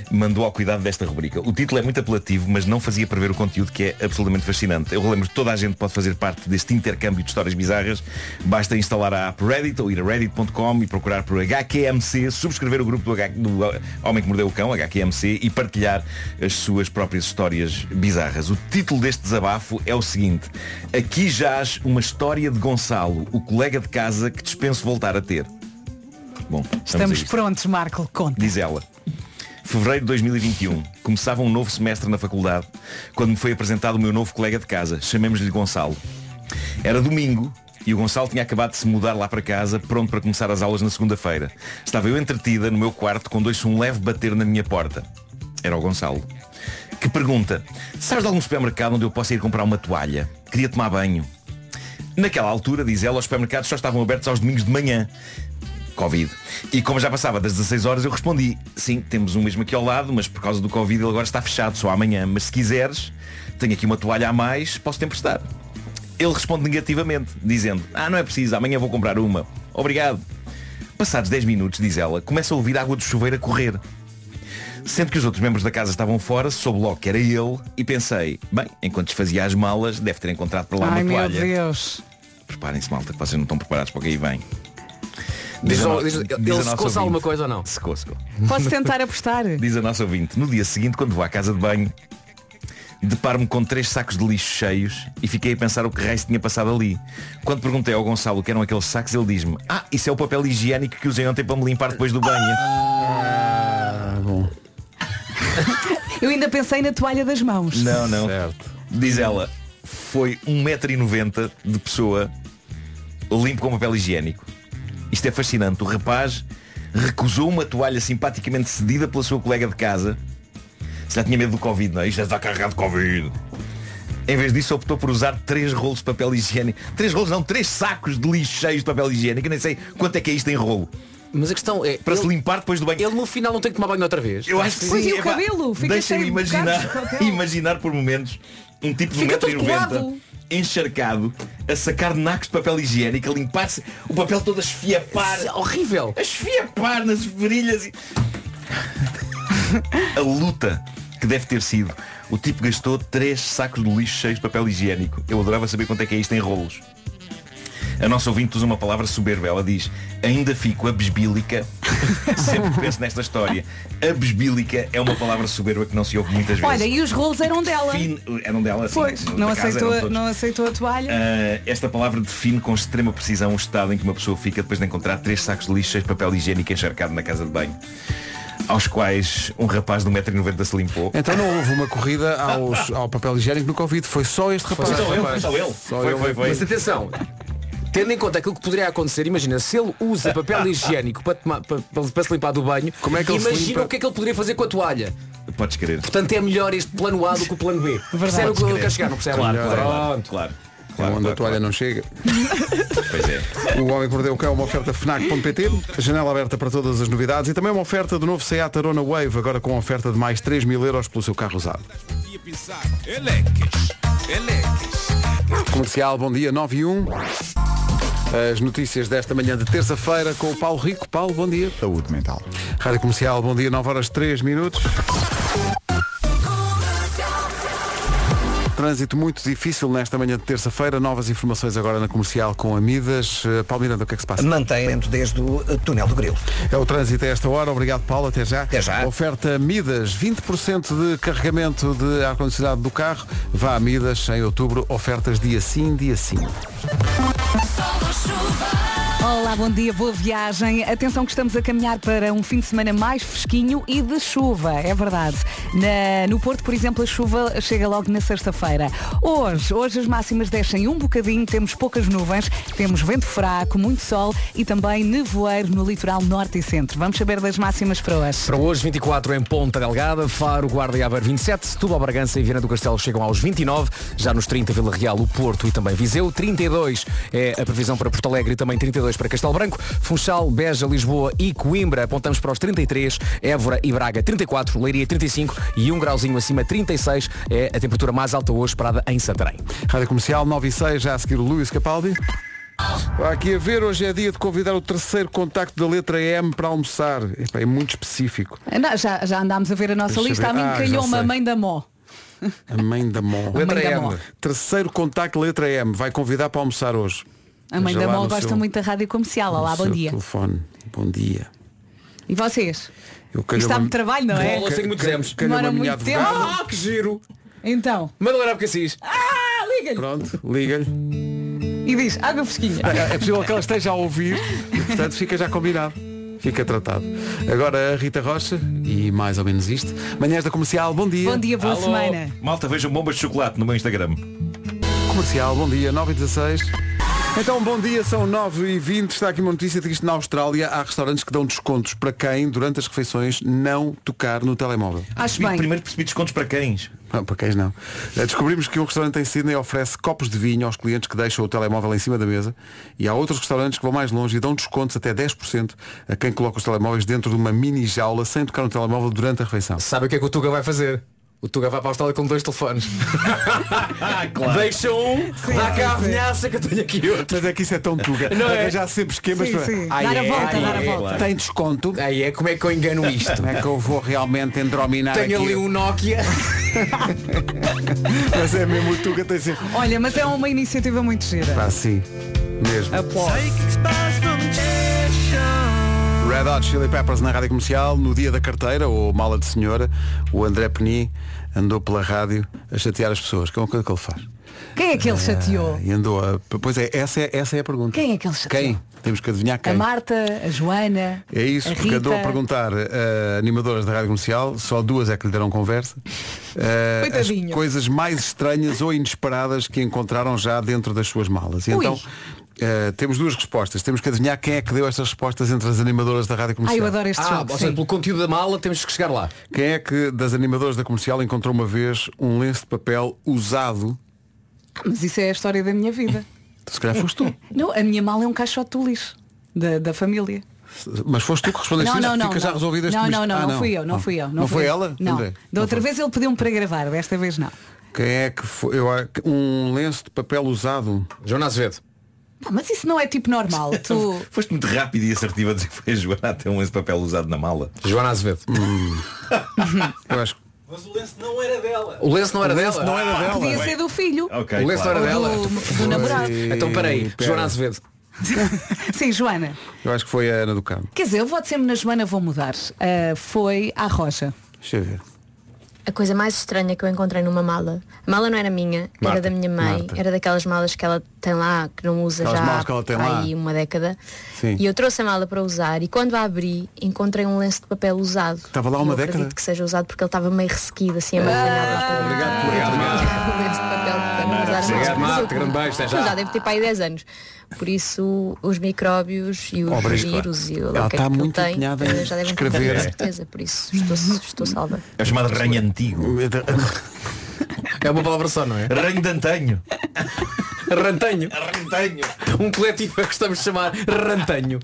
[SPEAKER 14] mandou ao cuidado desta rubrica. O título é muito apelativo, mas não fazia prever o conteúdo que é absolutamente fascinante. Eu relembro que toda a gente pode fazer parte deste intercâmbio de histórias bizarras. Basta instalar a app Reddit ou ir a reddit.com e procurar por HQMC, subscrever o grupo do, H- do Homem que Mordeu o Cão, HQMC, e partilhar as suas próprias histórias bizarras. O título deste desabafo é o seguinte. Aqui jaz uma história de Gonçalo, o colega de casa que dispenso voltar a ter. Bom, vamos a
[SPEAKER 7] Estamos
[SPEAKER 14] isto.
[SPEAKER 7] prontos, Marco, conta.
[SPEAKER 14] Diz ela. Fevereiro de 2021. Começava um novo semestre na faculdade quando me foi apresentado o meu novo colega de casa. Chamemos-lhe Gonçalo. Era domingo e o Gonçalo tinha acabado de se mudar lá para casa, pronto para começar as aulas na segunda-feira. Estava eu entretida no meu quarto quando ouço um leve bater na minha porta. Era o Gonçalo. Que pergunta, sabes de algum supermercado onde eu possa ir comprar uma toalha? Queria tomar banho. Naquela altura, diz ela, os supermercados só estavam abertos aos domingos de manhã. Covid. E como já passava das 16 horas, eu respondi, sim, temos um mesmo aqui ao lado, mas por causa do Covid ele agora está fechado, só amanhã. Mas se quiseres, tenho aqui uma toalha a mais, posso te emprestar. Ele responde negativamente, dizendo, ah, não é preciso, amanhã vou comprar uma. Obrigado. Passados 10 minutos, diz ela, começa a ouvir a água do chuveiro a correr. Sendo que os outros membros da casa estavam fora, soube logo que era ele e pensei, bem, enquanto desfazia as malas, deve ter encontrado para lá
[SPEAKER 7] Ai,
[SPEAKER 14] uma
[SPEAKER 7] meu
[SPEAKER 14] toalha.
[SPEAKER 7] Deus.
[SPEAKER 14] Preparem-se, malta, que vocês não estão preparados para o que aí vem.
[SPEAKER 5] Diz
[SPEAKER 14] a
[SPEAKER 5] lá,
[SPEAKER 14] no-
[SPEAKER 5] diz-
[SPEAKER 14] diz a
[SPEAKER 5] ele
[SPEAKER 14] nossa
[SPEAKER 5] secou-se
[SPEAKER 14] ouvinte.
[SPEAKER 5] alguma coisa ou não?
[SPEAKER 14] Secou, secou.
[SPEAKER 7] Posso tentar apostar?
[SPEAKER 14] Diz a nossa ouvinte, no dia seguinte, quando vou à casa de banho, deparo-me com três sacos de lixo cheios e fiquei a pensar o que raio se tinha passado ali. Quando perguntei ao Gonçalo o que eram aqueles sacos, ele diz-me, ah, isso é o papel higiênico que usei ontem para me limpar depois do banho.
[SPEAKER 7] Eu ainda pensei na toalha das mãos.
[SPEAKER 14] Não, não. Diz ela, foi 1,90m de pessoa limpo com papel higiênico. Isto é fascinante. O rapaz recusou uma toalha simpaticamente cedida pela sua colega de casa. Se já tinha medo do Covid, não é? Isto já está carregado de Covid. Em vez disso optou por usar três rolos de papel higiênico. Três rolos não, três sacos de lixo cheios de papel higiênico. Eu nem sei quanto é que é isto em rolo.
[SPEAKER 5] Mas a questão é.
[SPEAKER 14] Para se limpar depois do banho.
[SPEAKER 5] Ele no final não tem que tomar banho outra vez.
[SPEAKER 14] Eu acho que
[SPEAKER 5] Pois
[SPEAKER 14] sim.
[SPEAKER 5] e o
[SPEAKER 14] Epá,
[SPEAKER 5] cabelo? Fica
[SPEAKER 14] Deixa-me
[SPEAKER 5] cheio de bocados de
[SPEAKER 14] imaginar,
[SPEAKER 5] cabelo.
[SPEAKER 14] imaginar por momentos um tipo de
[SPEAKER 5] Fica
[SPEAKER 14] 1,90m
[SPEAKER 5] todo
[SPEAKER 14] encharcado a sacar nacos de papel higiênico, a limpar-se, o papel todo a esfiapar.
[SPEAKER 5] Isso é horrível.
[SPEAKER 14] A esfiapar nas virilhas e. a luta que deve ter sido. O tipo gastou três sacos de lixo cheios de papel higiênico. Eu adorava saber quanto é que é isto em rolos. A nossa ouvinte usa uma palavra soberba. Ela diz, ainda fico abesbílica sempre que penso nesta história. Abesbílica é uma palavra soberba que é não se ouve muitas vezes.
[SPEAKER 7] Olha, e os rolos eram dela.
[SPEAKER 14] Fin- Eram dela, sim.
[SPEAKER 7] Pois,
[SPEAKER 14] Da
[SPEAKER 7] não
[SPEAKER 14] casa assim,
[SPEAKER 7] aceitou,
[SPEAKER 14] eram
[SPEAKER 7] a-
[SPEAKER 14] todos.
[SPEAKER 7] não aceitou a toalha.
[SPEAKER 14] Ah, esta palavra define com extrema precisão o estado em que uma pessoa fica depois de encontrar três sacos de lixo cheios de papel higiênico encharcado na casa de banho, aos quais um rapaz de 1,90m se limpou.
[SPEAKER 1] Então não houve uma corrida aos- ao papel higiênico no Covid, foi só este rapaz.
[SPEAKER 14] só ele, foi Então, só ele. Foi, foi, foi.
[SPEAKER 5] Mas atenção, tendo em conta aquilo que poderia acontecer, imagina, se ele usa papel higiênico para, tomar- para- para- para se limpar do banho,
[SPEAKER 14] Como é que ele se
[SPEAKER 5] imagina
[SPEAKER 14] limpa?
[SPEAKER 5] o que é que ele poderia fazer com a toalha.
[SPEAKER 14] Podes querer.
[SPEAKER 5] Portanto, é melhor este plano A do que o plano B. Percebe o que eu quero chegar, não percebe?
[SPEAKER 14] Claro,
[SPEAKER 5] Pronto.
[SPEAKER 14] claro, claro.
[SPEAKER 1] É onde a toalha não chega.
[SPEAKER 14] Pois é.
[SPEAKER 1] O Homem que Mordeu o Cão é uma oferta FNAC.pt, janela aberta para todas as novidades e também uma oferta do novo Seat Arona Wave, agora com oferta de mais 3 mil euros pelo seu carro usado. Comercial, bom dia, 9 e 1. As notícias desta manhã de terça-feira com o Paulo Rico. Paulo, bom dia.
[SPEAKER 3] Saúde mental.
[SPEAKER 1] Rádio Comercial, bom dia, 9 horas 3 minutos. Trânsito muito difícil nesta manhã de terça-feira. Novas informações agora na comercial com Amidas. Eh, Paulo Miranda, o que é que se passa?
[SPEAKER 6] Mantém dentro desde o eh, túnel do Grilo.
[SPEAKER 1] É o trânsito a esta hora. Obrigado, Paulo. Até já. Até
[SPEAKER 6] já.
[SPEAKER 1] Oferta Midas. 20% de carregamento de ar-condicionado do carro. Vá a Midas em outubro. Ofertas dia sim, dia sim.
[SPEAKER 7] Olá, bom dia, boa viagem. Atenção que estamos a caminhar para um fim de semana mais fresquinho e de chuva, é verdade. Na- no Porto, por exemplo, a chuva chega logo na sexta-feira. Hoje, hoje as máximas descem um bocadinho, temos poucas nuvens, temos vento fraco, muito sol e também nevoeiro no litoral norte e centro. Vamos saber das máximas para hoje.
[SPEAKER 5] Para hoje, 24 em Ponta Delgada, Faro, Guarda e Aveiro 27, Setúbal, Bragança e Viana do Castelo chegam aos 29, já nos 30 Vila Real, o Porto e também Viseu, 32 é a previsão para Porto Alegre e também 32 para Castelo Branco, Funchal, Beja, Lisboa e Coimbra, apontamos para os 33, Évora e Braga 34, Leiria 35 e um grauzinho acima 36 é a temperatura mais alta hoje esperada em Santarém.
[SPEAKER 1] Rádio Comercial 9 e 6, já a seguir o Luís Capaldi. Há aqui a ver, hoje é dia de convidar o terceiro contacto da letra M para almoçar. Epá, é muito específico.
[SPEAKER 7] Não, já, já andámos a ver a nossa
[SPEAKER 1] Deixa
[SPEAKER 7] lista.
[SPEAKER 1] ver.
[SPEAKER 7] A mim
[SPEAKER 1] Ah, já
[SPEAKER 7] calhou uma
[SPEAKER 1] sei.
[SPEAKER 7] mãe da mó.
[SPEAKER 1] A mãe da mão.
[SPEAKER 7] A mãe da mão.
[SPEAKER 1] Terceiro contacto, letra M. Vai convidar para almoçar hoje.
[SPEAKER 7] A mãe
[SPEAKER 1] Veja
[SPEAKER 7] da
[SPEAKER 1] lá
[SPEAKER 7] mó
[SPEAKER 1] no
[SPEAKER 7] gosta
[SPEAKER 1] seu-
[SPEAKER 7] muito da rádio comercial.
[SPEAKER 1] no
[SPEAKER 7] Olá, bom
[SPEAKER 1] seu
[SPEAKER 7] dia.
[SPEAKER 1] telefone. Bom dia.
[SPEAKER 7] E vocês?
[SPEAKER 1] Eu
[SPEAKER 7] Isto
[SPEAKER 1] calhou-me-
[SPEAKER 7] dá-me trabalho, não é?
[SPEAKER 1] Calhou- calhou- calhou-me
[SPEAKER 7] Demora
[SPEAKER 1] a minha
[SPEAKER 7] muito tempo.
[SPEAKER 1] advogada.
[SPEAKER 7] Ah, que giro! Então.
[SPEAKER 5] Madalena Abcacis.
[SPEAKER 7] Ah, liga-lhe!
[SPEAKER 1] Pronto, liga-lhe.
[SPEAKER 7] E diz, água fresquinha.
[SPEAKER 1] É possível que ela esteja a ouvir e, portanto, fica já combinado. Fica tratado. Agora a Rita Rocha e mais ou menos isto. Manhãs da Comercial, bom dia.
[SPEAKER 7] Bom dia, boa Alô. semana.
[SPEAKER 14] Malta, vejam bombas de chocolate no meu Instagram.
[SPEAKER 1] Comercial, bom dia, 9 e 16. Então, bom dia, são 9 e 20 Está aqui uma notícia de que isto na Austrália há restaurantes que dão descontos para quem, durante as refeições, não tocar no telemóvel.
[SPEAKER 7] Acho bem.
[SPEAKER 14] Primeiro percebi descontos para cães.
[SPEAKER 1] Não, para quem não. Eh, Descobrimos que um restaurante em Sydney oferece copos de vinho aos clientes que deixam o telemóvel em cima da mesa e há outros restaurantes que vão mais longe e dão descontos até 10% a quem coloca os telemóveis dentro de uma mini jaula sem tocar no telemóvel durante a refeição.
[SPEAKER 5] Sabe o que é que o Tuga vai fazer? O Tuga vai para a Austrália com dois telefones. Deixa um, dá cá a vinhaça que eu tenho aqui outro.
[SPEAKER 1] Mas é que isso é tão tuga.
[SPEAKER 5] Não é?
[SPEAKER 1] Já sempre esquemas
[SPEAKER 5] Sim,
[SPEAKER 1] para...
[SPEAKER 5] sim. Dar a volta, dar a volta.
[SPEAKER 1] Tem desconto.
[SPEAKER 5] Aí é como é que eu engano isto.
[SPEAKER 1] Como é que eu vou realmente endrominar
[SPEAKER 5] Tenho
[SPEAKER 1] aqui?
[SPEAKER 5] ali um Nokia.
[SPEAKER 1] Mas é mesmo o Tuga tem sempre.
[SPEAKER 7] Olha, mas é uma iniciativa muito gira.
[SPEAKER 1] Pá, Ah, sim. Mesmo. Red Hot Chili Peppers na Rádio Comercial, no dia da carteira, ou mala de senhora, o André Peni andou pela rádio a chatear as pessoas. Que é uma coisa que ele faz. Ah,
[SPEAKER 7] Quem é que ele chateou?
[SPEAKER 1] E andou a... Pois é, essa é, essa é a pergunta.
[SPEAKER 7] Quem é que ele chateou?
[SPEAKER 1] Quem? Temos que adivinhar
[SPEAKER 7] A
[SPEAKER 1] quem.
[SPEAKER 7] Marta, a Joana.
[SPEAKER 1] É isso,
[SPEAKER 7] a
[SPEAKER 1] porque andou a
[SPEAKER 7] Rita.
[SPEAKER 1] perguntar a animadoras da Rádio Comercial, só duas é que lhe deram conversa. eh, as
[SPEAKER 7] Coitadinho.
[SPEAKER 1] coisas mais estranhas ou inesperadas que encontraram já dentro das suas malas. E
[SPEAKER 7] Ui.
[SPEAKER 1] então eh, temos duas respostas. Temos que adivinhar quem é que deu estas respostas entre as animadoras da Rádio Comercial.
[SPEAKER 5] ah, Ou seja, pelo conteúdo da mala temos que chegar lá.
[SPEAKER 1] Quem é que das animadoras da comercial encontrou uma vez um lenço de papel usado?
[SPEAKER 7] Ah, mas isso é a história da minha vida.
[SPEAKER 1] Se calhar foste tu.
[SPEAKER 7] Não, a minha mala é um caixote do lixo. Da, da família.
[SPEAKER 1] Mas foste tu que respondeste
[SPEAKER 7] não,
[SPEAKER 1] isso?
[SPEAKER 7] não, não,
[SPEAKER 1] Fica
[SPEAKER 7] não.
[SPEAKER 1] já resolvido este
[SPEAKER 7] não, não,
[SPEAKER 1] mistério.
[SPEAKER 7] não,
[SPEAKER 1] Ah,
[SPEAKER 7] não, fui eu, não fui eu.
[SPEAKER 1] foi
[SPEAKER 7] Não, fui eu.
[SPEAKER 1] ela?
[SPEAKER 7] Não.
[SPEAKER 1] André?
[SPEAKER 7] Da outra vez ele pediu-me para gravar, desta vez não.
[SPEAKER 1] Quem é que foi? Eu, acho que um lenço de papel usado.
[SPEAKER 5] Joana Azevedo.
[SPEAKER 7] Pá, mas isso não é tipo normal. Tu...
[SPEAKER 14] Foste muito rápido e assertivo a dizer que foi a Joana até um lenço de papel usado na mala.
[SPEAKER 5] Joana Azevedo.
[SPEAKER 1] Eu acho
[SPEAKER 5] O lenço não era
[SPEAKER 14] O lenço
[SPEAKER 5] dela.
[SPEAKER 14] não era
[SPEAKER 5] Ah,
[SPEAKER 14] dela.
[SPEAKER 7] Podia ser do filho.
[SPEAKER 14] Ok,
[SPEAKER 5] o lenço
[SPEAKER 14] claro.
[SPEAKER 5] não era dela.
[SPEAKER 7] Do, do namorado.
[SPEAKER 5] Então peraí,
[SPEAKER 1] Pera.
[SPEAKER 5] Joana Azevedo.
[SPEAKER 7] Sim, Joana.
[SPEAKER 1] Eu acho que foi a Ana do Carmo.
[SPEAKER 7] Quer dizer, eu voto sempre na Joana, vou mudar. Ah, foi à Rocha.
[SPEAKER 1] Deixa eu ver.
[SPEAKER 15] A coisa mais estranha que eu encontrei numa mala. A mala não era minha,
[SPEAKER 1] Marta,
[SPEAKER 15] era da minha mãe.
[SPEAKER 1] Marta.
[SPEAKER 15] Era daquelas malas que ela tem lá, que não usa
[SPEAKER 1] Aquelas malas
[SPEAKER 15] já
[SPEAKER 1] que ela tem
[SPEAKER 15] há
[SPEAKER 1] lá.
[SPEAKER 15] aí uma década.
[SPEAKER 1] Sim.
[SPEAKER 15] E eu trouxe a mala para usar e quando a abri encontrei um lenço de papel usado.
[SPEAKER 1] Estava lá
[SPEAKER 15] E
[SPEAKER 1] uma
[SPEAKER 15] eu
[SPEAKER 1] década?
[SPEAKER 15] Acredito que seja usado porque ele estava meio ressequido, assim, amazinhado.
[SPEAKER 5] Ah, Obrigado por
[SPEAKER 15] Um lenço de papel para não usar
[SPEAKER 5] Obrigado,
[SPEAKER 15] mais. Mas
[SPEAKER 5] Marta.
[SPEAKER 15] eu-
[SPEAKER 5] Grande beijo. até
[SPEAKER 15] eu já deve ter para aí 10 anos. Por isso, os micróbios e os
[SPEAKER 1] Obrigado.
[SPEAKER 15] vírus e o
[SPEAKER 1] Ela
[SPEAKER 15] lá o que é
[SPEAKER 1] está
[SPEAKER 15] que ele
[SPEAKER 1] muito
[SPEAKER 15] tem,
[SPEAKER 1] empenhada em
[SPEAKER 15] eh, já devem ter
[SPEAKER 1] escrever.
[SPEAKER 15] com certeza. Por isso, estou, estou salva.
[SPEAKER 14] É o chamado ranho
[SPEAKER 1] Hum.
[SPEAKER 14] antigo.
[SPEAKER 5] É uma palavra só, não é?
[SPEAKER 14] Ranho de antanho.
[SPEAKER 5] Rantanho. Um coletivo a que estamos a chamar Rantanho.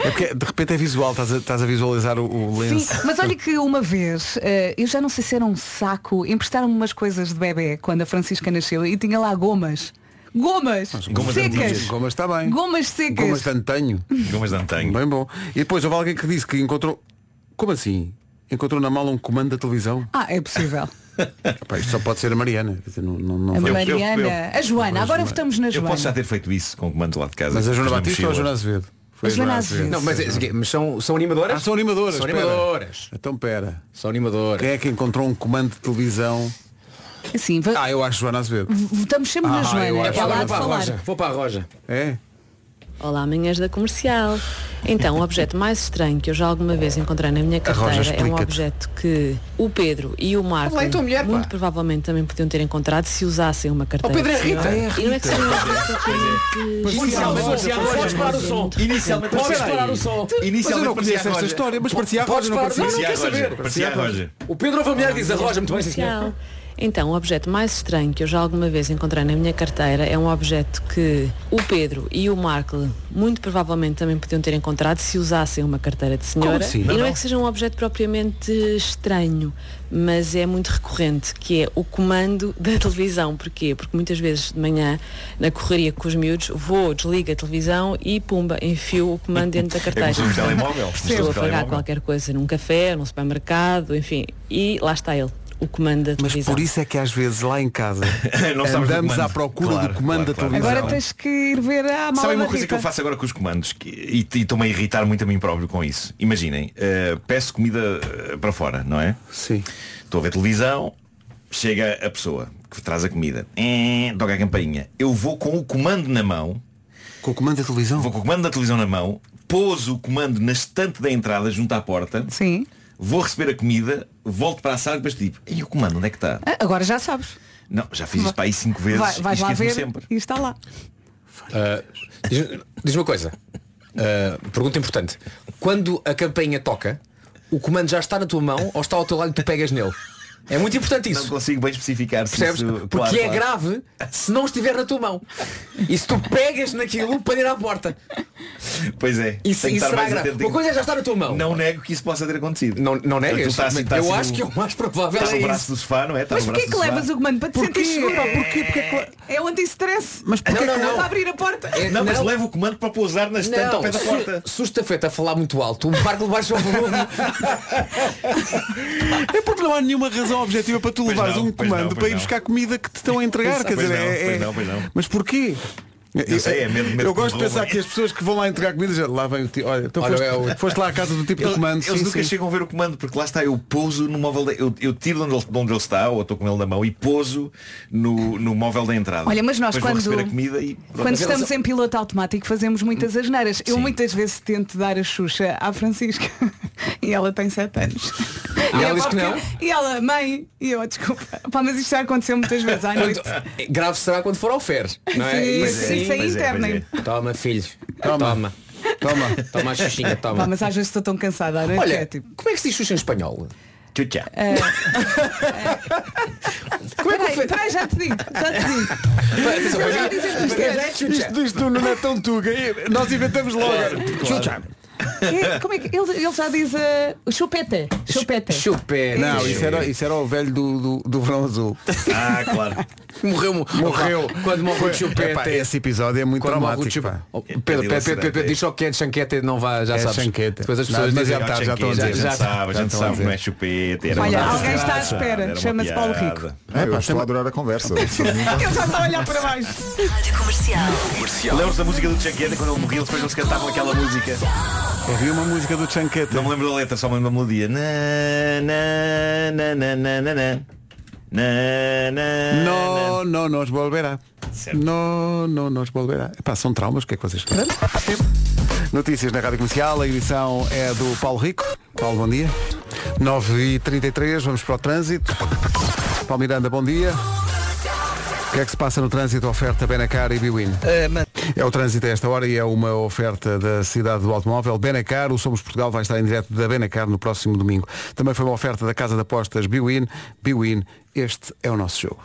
[SPEAKER 1] É porque de repente é visual, estás a, estás a visualizar o, o
[SPEAKER 7] Sim,
[SPEAKER 1] lenço.
[SPEAKER 7] mas olha que uma vez, eh, eu já não sei se era um saco, emprestaram-me umas coisas de bebê quando a Francisca nasceu e tinha lá gomas. Gomas!
[SPEAKER 1] Gomas
[SPEAKER 14] é
[SPEAKER 7] secas!
[SPEAKER 1] antigas. Gomas
[SPEAKER 14] tá
[SPEAKER 1] está bem.
[SPEAKER 7] Gomas secas!
[SPEAKER 1] Gomas de antanho.
[SPEAKER 14] Gomas de antanho.
[SPEAKER 1] Bem bom. E depois houve alguém que disse que encontrou. Como assim? Encontrou na mala um comando da televisão?
[SPEAKER 7] Ah, é possível.
[SPEAKER 1] Pá, isto só pode ser a Mariana. Quer dizer, Não, não, não
[SPEAKER 7] A
[SPEAKER 1] vai-
[SPEAKER 7] Mariana, a Joana, agora votamos na
[SPEAKER 14] Eu
[SPEAKER 7] Joana.
[SPEAKER 14] posso já ter feito isso com comandos lá de casa.
[SPEAKER 1] Mas a Joana
[SPEAKER 14] Na
[SPEAKER 1] Batista ou a
[SPEAKER 14] mochila.
[SPEAKER 1] Joana Azevedo?
[SPEAKER 7] A Joana Azevedo.
[SPEAKER 5] Não, mas, é- mas são, são animadoras?
[SPEAKER 1] Ah, são animadoras.
[SPEAKER 5] São
[SPEAKER 1] espera.
[SPEAKER 5] animadoras.
[SPEAKER 1] Então pera.
[SPEAKER 5] São animadoras.
[SPEAKER 1] Quem é que encontrou um comando de televisão?
[SPEAKER 7] Assim, va-
[SPEAKER 1] Ah, eu acho Joana Azevedo.
[SPEAKER 7] votamos sempre
[SPEAKER 1] Ah,
[SPEAKER 7] na
[SPEAKER 1] eu
[SPEAKER 7] Joana,
[SPEAKER 1] acho
[SPEAKER 7] é para lá
[SPEAKER 5] Vou
[SPEAKER 7] de
[SPEAKER 5] para a Roja.
[SPEAKER 7] falar.
[SPEAKER 5] Vou para a Roja.
[SPEAKER 1] É?
[SPEAKER 16] Olá, manhãs da comercial. Então, o objeto mais estranho que eu já alguma vez encontrei na minha
[SPEAKER 1] Rosa,
[SPEAKER 16] carteira é um
[SPEAKER 1] explica-te.
[SPEAKER 16] objeto que o Pedro e o Marco
[SPEAKER 5] Fala aí, é tua mulher, pá.
[SPEAKER 16] muito provavelmente também podiam ter encontrado se usassem uma carteira.
[SPEAKER 5] Oh, Pedro, é a Rita. É
[SPEAKER 16] senhora.
[SPEAKER 5] a
[SPEAKER 16] E não é que seja um objeto
[SPEAKER 5] Pois
[SPEAKER 16] que-
[SPEAKER 5] Inicialmente,
[SPEAKER 16] Podes
[SPEAKER 5] inicialmente, podes parar o som.
[SPEAKER 14] Inicialmente,
[SPEAKER 5] Podes
[SPEAKER 14] espera aí.
[SPEAKER 5] parar o som.
[SPEAKER 1] Mas eu
[SPEAKER 14] Inicialmente
[SPEAKER 1] não conheço
[SPEAKER 14] parecia a
[SPEAKER 1] esta
[SPEAKER 14] Roja.
[SPEAKER 1] história, mas parecia a
[SPEAKER 5] Podes
[SPEAKER 1] Roja, não
[SPEAKER 5] parar. Não,
[SPEAKER 1] parecia?
[SPEAKER 5] não
[SPEAKER 14] Parecia
[SPEAKER 5] quer
[SPEAKER 14] a Roja.
[SPEAKER 5] saber.
[SPEAKER 14] Parecia a Roja.
[SPEAKER 5] O Pedro ouve a mulher e diz a Roja, muito bem, sim senhor.
[SPEAKER 16] Comercial. Então, o objeto mais estranho que eu já alguma vez encontrei na minha carteira é um objeto que o Pedro e o Marco muito provavelmente também podiam ter encontrado se usassem uma carteira de senhora.
[SPEAKER 17] Como assim?
[SPEAKER 16] E não,
[SPEAKER 17] Não,
[SPEAKER 16] é
[SPEAKER 17] não.
[SPEAKER 16] que seja um objeto propriamente estranho, mas é muito recorrente, que é o comando da televisão. Porquê? Porque muitas vezes de manhã, na correria com os miúdos, vou, desligo a televisão e pumba, enfio o comando dentro da carteira.
[SPEAKER 14] É como se fosse um telemóvel.
[SPEAKER 16] Estou a pagar
[SPEAKER 14] Telemóvel.
[SPEAKER 16] qualquer coisa num café, num supermercado, enfim. E lá está ele, o comando da
[SPEAKER 1] Mas
[SPEAKER 16] televisão.
[SPEAKER 1] por isso é que às vezes lá em casa
[SPEAKER 14] Não sabes do
[SPEAKER 1] andamos
[SPEAKER 14] comando.
[SPEAKER 1] à procura
[SPEAKER 14] Claro,
[SPEAKER 1] do comando
[SPEAKER 14] claro,
[SPEAKER 1] da
[SPEAKER 14] claro.
[SPEAKER 1] televisão.
[SPEAKER 7] Agora tens que ir ver a mala
[SPEAKER 14] Sabem uma
[SPEAKER 7] da
[SPEAKER 14] é coisa que eu
[SPEAKER 7] Rita.
[SPEAKER 14] faço agora com os comandos que- e e estou-me a irritar muito a mim próprio com isso. Imaginem, eh, peço comida eh, para fora, não é?
[SPEAKER 1] Sim.
[SPEAKER 14] Estou a ver televisão, chega a pessoa que traz a comida, eh, toca a campainha. Eu vou com o comando na mão.
[SPEAKER 1] Com o comando da televisão?
[SPEAKER 14] Vou com o comando da televisão na mão, pôs o comando na estante da entrada junto à porta.
[SPEAKER 7] Sim.
[SPEAKER 14] Vou receber a comida, volto para a sala e depois tipo, e o comando onde é que está?
[SPEAKER 7] Ah, Agora já sabes.
[SPEAKER 14] Não, já fiz isto para aí cinco vezes
[SPEAKER 7] Vai,
[SPEAKER 14] e
[SPEAKER 7] vais lá
[SPEAKER 14] esqueço-me
[SPEAKER 7] ver
[SPEAKER 14] sempre.
[SPEAKER 7] e está lá.
[SPEAKER 5] Ah, diz- Diz-me uma coisa. Ah, pergunta importante. Quando a campainha toca, o comando já está na tua mão ou está ao teu lado e tu pegas nele? É muito importante isso. Não
[SPEAKER 14] consigo bem especificar.
[SPEAKER 5] Percebes?
[SPEAKER 14] isso-
[SPEAKER 5] Porque
[SPEAKER 14] claro,
[SPEAKER 5] é
[SPEAKER 14] claro.
[SPEAKER 5] grave se não estiver na tua mão. E se tu pegas naquilo para ir à porta.
[SPEAKER 14] Pois é.
[SPEAKER 5] Isso,
[SPEAKER 14] Tenho que
[SPEAKER 5] isso
[SPEAKER 14] estar
[SPEAKER 5] será
[SPEAKER 14] mais
[SPEAKER 5] grave.
[SPEAKER 14] atento.
[SPEAKER 5] Uma coisa é já estar na tua mão.
[SPEAKER 14] Não nego que isso possa ter acontecido.
[SPEAKER 5] Não, não negas?
[SPEAKER 14] Tu estás-
[SPEAKER 5] Mas
[SPEAKER 14] estás
[SPEAKER 5] eu
[SPEAKER 14] assim, tá no-
[SPEAKER 5] acho que o mais provável
[SPEAKER 14] Estás
[SPEAKER 5] é
[SPEAKER 14] no braço
[SPEAKER 5] isso.
[SPEAKER 14] do sofá, não é? Estás
[SPEAKER 7] Mas
[SPEAKER 14] no braço
[SPEAKER 7] porquê que
[SPEAKER 14] do sofá.
[SPEAKER 7] levas o comando para te sentir seguro?
[SPEAKER 14] Porquê?
[SPEAKER 7] Porquê? Porque é que- é o anti-stress.
[SPEAKER 1] Mas
[SPEAKER 5] porquê
[SPEAKER 7] não,
[SPEAKER 5] que
[SPEAKER 7] não,
[SPEAKER 5] não?
[SPEAKER 7] não. É. abrir a porta.
[SPEAKER 14] Não, mas leva o comando para pousar na estante
[SPEAKER 5] É, Não,
[SPEAKER 14] ao pé da
[SPEAKER 5] se-
[SPEAKER 14] porta.
[SPEAKER 5] Se o estafeta falar muito alto, o barco baixa o volume.
[SPEAKER 1] É porque não há nenhuma razão objetiva para tu
[SPEAKER 5] Pois
[SPEAKER 1] levares
[SPEAKER 5] não,
[SPEAKER 1] um
[SPEAKER 5] pois
[SPEAKER 1] comando
[SPEAKER 5] não, pois
[SPEAKER 1] para ir
[SPEAKER 5] não.
[SPEAKER 1] buscar comida que te estão a entregar.
[SPEAKER 5] Exato.
[SPEAKER 1] quer dizer,
[SPEAKER 5] Pois não,
[SPEAKER 1] é-
[SPEAKER 5] pois
[SPEAKER 1] é-
[SPEAKER 5] não, pois não.
[SPEAKER 1] Mas porquê?
[SPEAKER 14] Não sei, é medo- medo
[SPEAKER 1] eu
[SPEAKER 14] que
[SPEAKER 1] gosto de
[SPEAKER 14] me
[SPEAKER 1] pensar
[SPEAKER 14] roubem.
[SPEAKER 1] que as pessoas que vão lá entregar comida já lá vem o tipo. Olha, então
[SPEAKER 14] Olha,
[SPEAKER 1] foste,
[SPEAKER 14] é o-
[SPEAKER 1] foste lá à casa do tipo do comando.
[SPEAKER 14] Eles
[SPEAKER 1] sim,
[SPEAKER 14] nunca
[SPEAKER 1] sim.
[SPEAKER 14] chegam a ver o comando, porque lá está, eu pouso no móvel da- eu, eu tiro de onde, ele, de onde ele está, ou estou com ele na mão, e pouso no, no móvel da entrada.
[SPEAKER 7] Olha, mas nós
[SPEAKER 14] Depois
[SPEAKER 7] quando-
[SPEAKER 14] Vou receber a comida e pronto.
[SPEAKER 7] Quando estamos em piloto automático fazemos muitas asneiras. Eu
[SPEAKER 14] Sim.
[SPEAKER 7] muitas vezes tento dar a Xuxa à Francisca e ela tem 7 anos.
[SPEAKER 5] Ah,
[SPEAKER 7] E
[SPEAKER 5] ela
[SPEAKER 7] eu,
[SPEAKER 5] disse que
[SPEAKER 7] "Oh,
[SPEAKER 5] não?"
[SPEAKER 7] filho", E ela, mãe, e eu, desculpa. Pá, mas isto já aconteceu muitas vezes à noite.
[SPEAKER 5] Quando- grave será quando for ao FER. Não é?
[SPEAKER 7] Sim, sim, isso é
[SPEAKER 5] Pois
[SPEAKER 7] interno.
[SPEAKER 5] pois é. Toma, filho. Toma. Toma. Toma a xuxinha,
[SPEAKER 7] Pá,
[SPEAKER 5] toma.
[SPEAKER 7] mas às vezes estou tão cansada. à noite
[SPEAKER 5] Olha,
[SPEAKER 7] que é tipo, é.
[SPEAKER 5] como é que se diz xuxa em espanhol?
[SPEAKER 14] Chucha.
[SPEAKER 7] peraí, peraí, já te digo, já te digo. Eu já dizia
[SPEAKER 5] é
[SPEAKER 7] nos três.
[SPEAKER 1] Isto isto diz tu não é tão tuga. Nós inventamos logo. Chucha.
[SPEAKER 7] É, Como é que ele, ele já diz eh, chupete? Chupete.
[SPEAKER 5] Chupé.
[SPEAKER 1] É, Não, isso era, isso era o velho do, do, do verão azul.
[SPEAKER 14] Ah, claro.
[SPEAKER 5] Morreu,
[SPEAKER 1] Morreu.
[SPEAKER 5] Quando morreu o
[SPEAKER 1] Foi-
[SPEAKER 5] chupé.
[SPEAKER 1] Epá, esse episódio é muito
[SPEAKER 5] Quando morre o
[SPEAKER 1] traumático.
[SPEAKER 5] Chupa-
[SPEAKER 1] pá.
[SPEAKER 5] Oh, Pedro, Pedro, Pedro, Pedro, Pedro, diz só que é de chanqueta e não vá, já
[SPEAKER 1] É
[SPEAKER 5] sabes.
[SPEAKER 1] chanqueta.
[SPEAKER 5] Depois as
[SPEAKER 1] Não,
[SPEAKER 5] pessoas
[SPEAKER 1] mas
[SPEAKER 5] dizem, "Ah, tá,
[SPEAKER 1] já está, já estão a
[SPEAKER 14] a
[SPEAKER 1] dizer.
[SPEAKER 14] gente sabe, a gente
[SPEAKER 1] estão a
[SPEAKER 14] sabe que
[SPEAKER 1] dizer.
[SPEAKER 14] não é chupete. era
[SPEAKER 7] Olha,
[SPEAKER 14] uma
[SPEAKER 7] alguém está à
[SPEAKER 14] graça,
[SPEAKER 7] espera.
[SPEAKER 14] era uma
[SPEAKER 7] Chama-se Paulo
[SPEAKER 14] piada.
[SPEAKER 7] Rico.
[SPEAKER 3] Ah, eu estou a adorar a conversa.
[SPEAKER 7] Ele já está a olhar para baixo.
[SPEAKER 2] Rádio comercial.
[SPEAKER 14] Lembras da música do Chanqueta quando ele morreu, depois eles cantavam aquela música.
[SPEAKER 1] Havia uma música do Chanqueta.
[SPEAKER 14] Não me lembro da letra, só me lembro da melodia. Na, na, na, na, na, na. Na, na, na.
[SPEAKER 1] Não, não nos volverá. Não, não nos volverá. Epá, são traumas, o que é que vocês querem? Notícias na Rádio Comercial, a edição é do Paulo Rico. Paulo, bom dia. 9h33, vamos para o trânsito. Paulo Miranda, bom dia. O que é que se passa no trânsito? Oferta Benacar e Biwin.
[SPEAKER 14] Eh,
[SPEAKER 1] É o trânsito a esta hora e é uma oferta da cidade do automóvel. Benacar, o Somos Portugal vai estar em direto da Benacar no próximo domingo. Também foi uma oferta da Casa de Apostas Biwin. Biwin, este é o nosso jogo.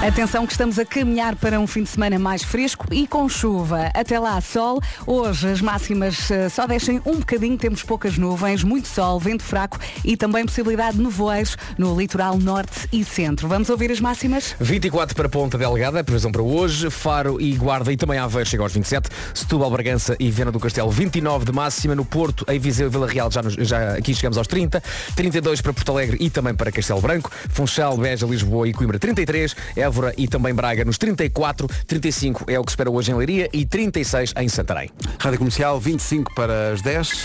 [SPEAKER 7] Atenção que estamos a caminhar para um fim de semana mais fresco e com chuva. Até lá, sol. Hoje as máximas eh, só descem um bocadinho, temos poucas nuvens, muito sol, vento fraco e também possibilidade de nevoeiros no litoral norte e centro. Vamos ouvir as máximas?
[SPEAKER 5] 24 para Ponta Delgada, previsão para hoje, Faro e Guarda e também Aveiro chega aos 27, Setúbal, Bragança e Viana do Castelo 29 de máxima, no Porto, em Viseu e Vila Real já, nos- já aqui chegamos aos 30, 32 para Porto Alegre e também para Castelo Branco, Funchal, Beja, Lisboa e Coimbra 33, Évora e também Braga nos 34, 35 é o que se espera hoje em Leiria e 36 em Santarém.
[SPEAKER 1] Rádio Comercial, 25 para as 10.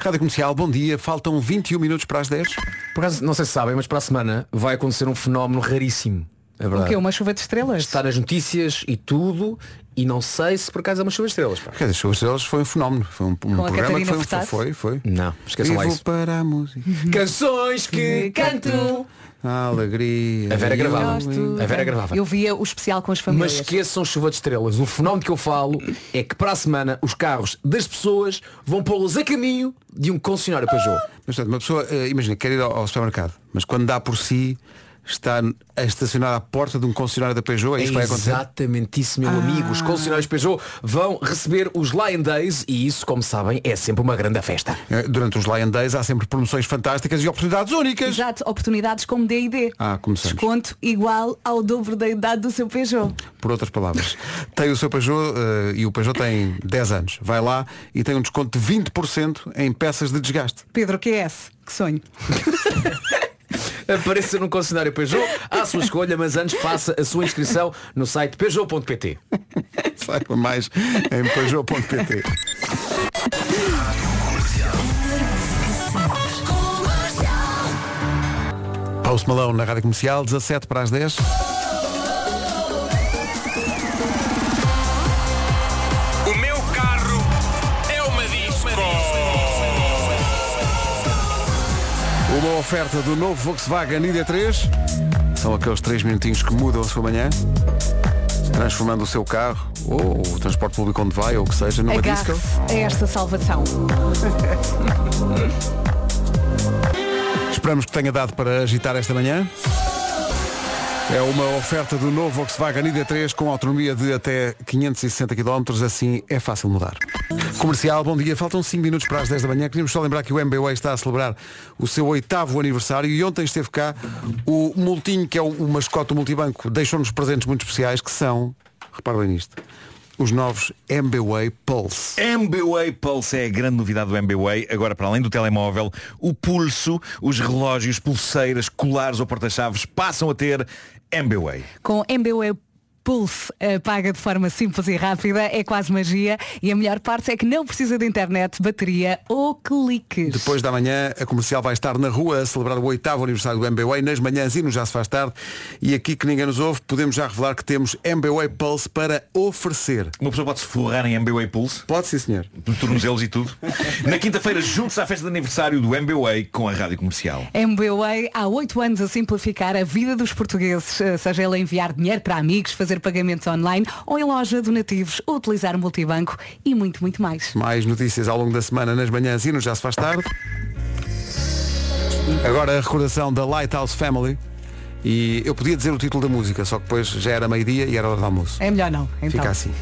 [SPEAKER 1] Rádio Comercial, bom dia. Faltam 21 minutos para as 10.
[SPEAKER 5] Por acaso, não sei se sabem, mas para a semana vai acontecer um fenómeno raríssimo. É verdade.
[SPEAKER 7] O quê? Uma chuva de estrelas?
[SPEAKER 5] Está nas notícias e tudo. E não sei se por acaso é uma chuva de estrelas. Pá.
[SPEAKER 1] Quer dizer, Chuva de Estrelas foi um fenómeno. Foi um, um
[SPEAKER 5] Com a
[SPEAKER 1] programa que
[SPEAKER 5] Catarina
[SPEAKER 1] foi, um-
[SPEAKER 5] Furtado?
[SPEAKER 1] foi, foi.
[SPEAKER 5] Não, esqueçam lá
[SPEAKER 1] Vivo
[SPEAKER 5] isso.
[SPEAKER 1] para a música.
[SPEAKER 5] Canções que canto.
[SPEAKER 1] A alegria.
[SPEAKER 5] A Vera
[SPEAKER 1] e
[SPEAKER 5] gravava.
[SPEAKER 1] o-
[SPEAKER 5] A Vera gravava.
[SPEAKER 7] Eu via o especial com as
[SPEAKER 5] Mas
[SPEAKER 7] famílias.
[SPEAKER 5] esqueçam chuva de estrelas. O fenómeno que eu falo é que para a semana os carros das pessoas vão pô-los a caminho de um concessionário Peugeot.
[SPEAKER 1] Mas portanto, uma pessoa, eh, imagina, quer ir ao, ao supermercado, mas quando dá por si, está a estacionar à porta de um concessionário da Peugeot, é isso que vai acontecer?
[SPEAKER 5] Exatamente isso, meu amigo. Os concessionários Peugeot vão receber os Lion Days e isso, como sabem, é sempre uma grande festa.
[SPEAKER 1] Eh, Durante os Lion Days há sempre promoções fantásticas e oportunidades únicas.
[SPEAKER 7] Exato, oportunidades como D&D.
[SPEAKER 1] Ah, começamos.
[SPEAKER 7] Desconto igual ao dobro da idade do seu Peugeot.
[SPEAKER 1] Por outras palavras, tem o seu Peugeot eh, e o Peugeot tem 10 anos. Vai lá e tem um desconto de 20% em peças de desgaste.
[SPEAKER 7] Pedro, o que é esse? Que sonho.
[SPEAKER 5] Apareça num concessionário Peugeot, à sua escolha, mas antes faça a sua inscrição no site peugeot.pt.
[SPEAKER 1] Saiba mais em peugeot.pt. Post Malone na Rádio Comercial, 17 para as 10.
[SPEAKER 13] O meu carro é uma disco.
[SPEAKER 1] Uma oferta do novo Volkswagen ID3. São aqueles três minutinhos que mudam a sua manhã, transformando o seu carro, ou o transporte público onde vai, ou o que seja,
[SPEAKER 7] É
[SPEAKER 1] numa disco.
[SPEAKER 7] Agarre-se a esta salvação.
[SPEAKER 1] Esperamos que tenha dado para agitar esta manhã. É uma oferta do novo Volkswagen ID3 com autonomia de até 560 km, assim é fácil mudar. Comercial, bom dia. Faltam 5 minutos para as 10 da manhã. Queríamos só lembrar que o MBWay está a celebrar o seu oitavo aniversário e ontem esteve cá o Multinho, que é o, o mascote do multibanco, deixou-nos presentes muito especiais que são, repara bem nisto, os novos MBWay Pulse.
[SPEAKER 14] MBWay Pulse é a grande novidade do MBWay. Agora, para além do telemóvel, o pulso, os relógios, pulseiras, colares ou porta-chaves passam a ter MBWay.
[SPEAKER 7] Com MBWay Pulse eh, paga de forma simples e rápida, é quase magia e a melhor parte é que não precisa de internet, bateria ou cliques.
[SPEAKER 1] Depois da manhã, a comercial vai estar na rua a celebrar o oitavo aniversário do MBWay, nas manhãs e no Já Se Faz Tarde. E aqui que ninguém nos ouve, podemos já revelar que temos MBWay Pulse para oferecer.
[SPEAKER 14] Uma pessoa pode se forrar em MBWay Pulse?
[SPEAKER 1] Pode sim, senhor.
[SPEAKER 14] De tornozelos e tudo. Na quinta-feira, junte-se à festa de aniversário do MBWay com a Rádio Comercial.
[SPEAKER 7] MBWay há oito anos a simplificar a vida dos portugueses, eh, seja ele enviar dinheiro para amigos, fazer pagamentos online ou em loja, donativos, utilizar multibanco e muito, muito mais.
[SPEAKER 1] Mais notícias ao longo da semana, nas manhãs e no Já Se Faz Tarde. Agora a recordação da Lighthouse Family. E eu podia dizer o título da música, só que depois já era meio-dia e era hora do almoço.
[SPEAKER 7] É melhor não. Então.
[SPEAKER 1] Fica assim.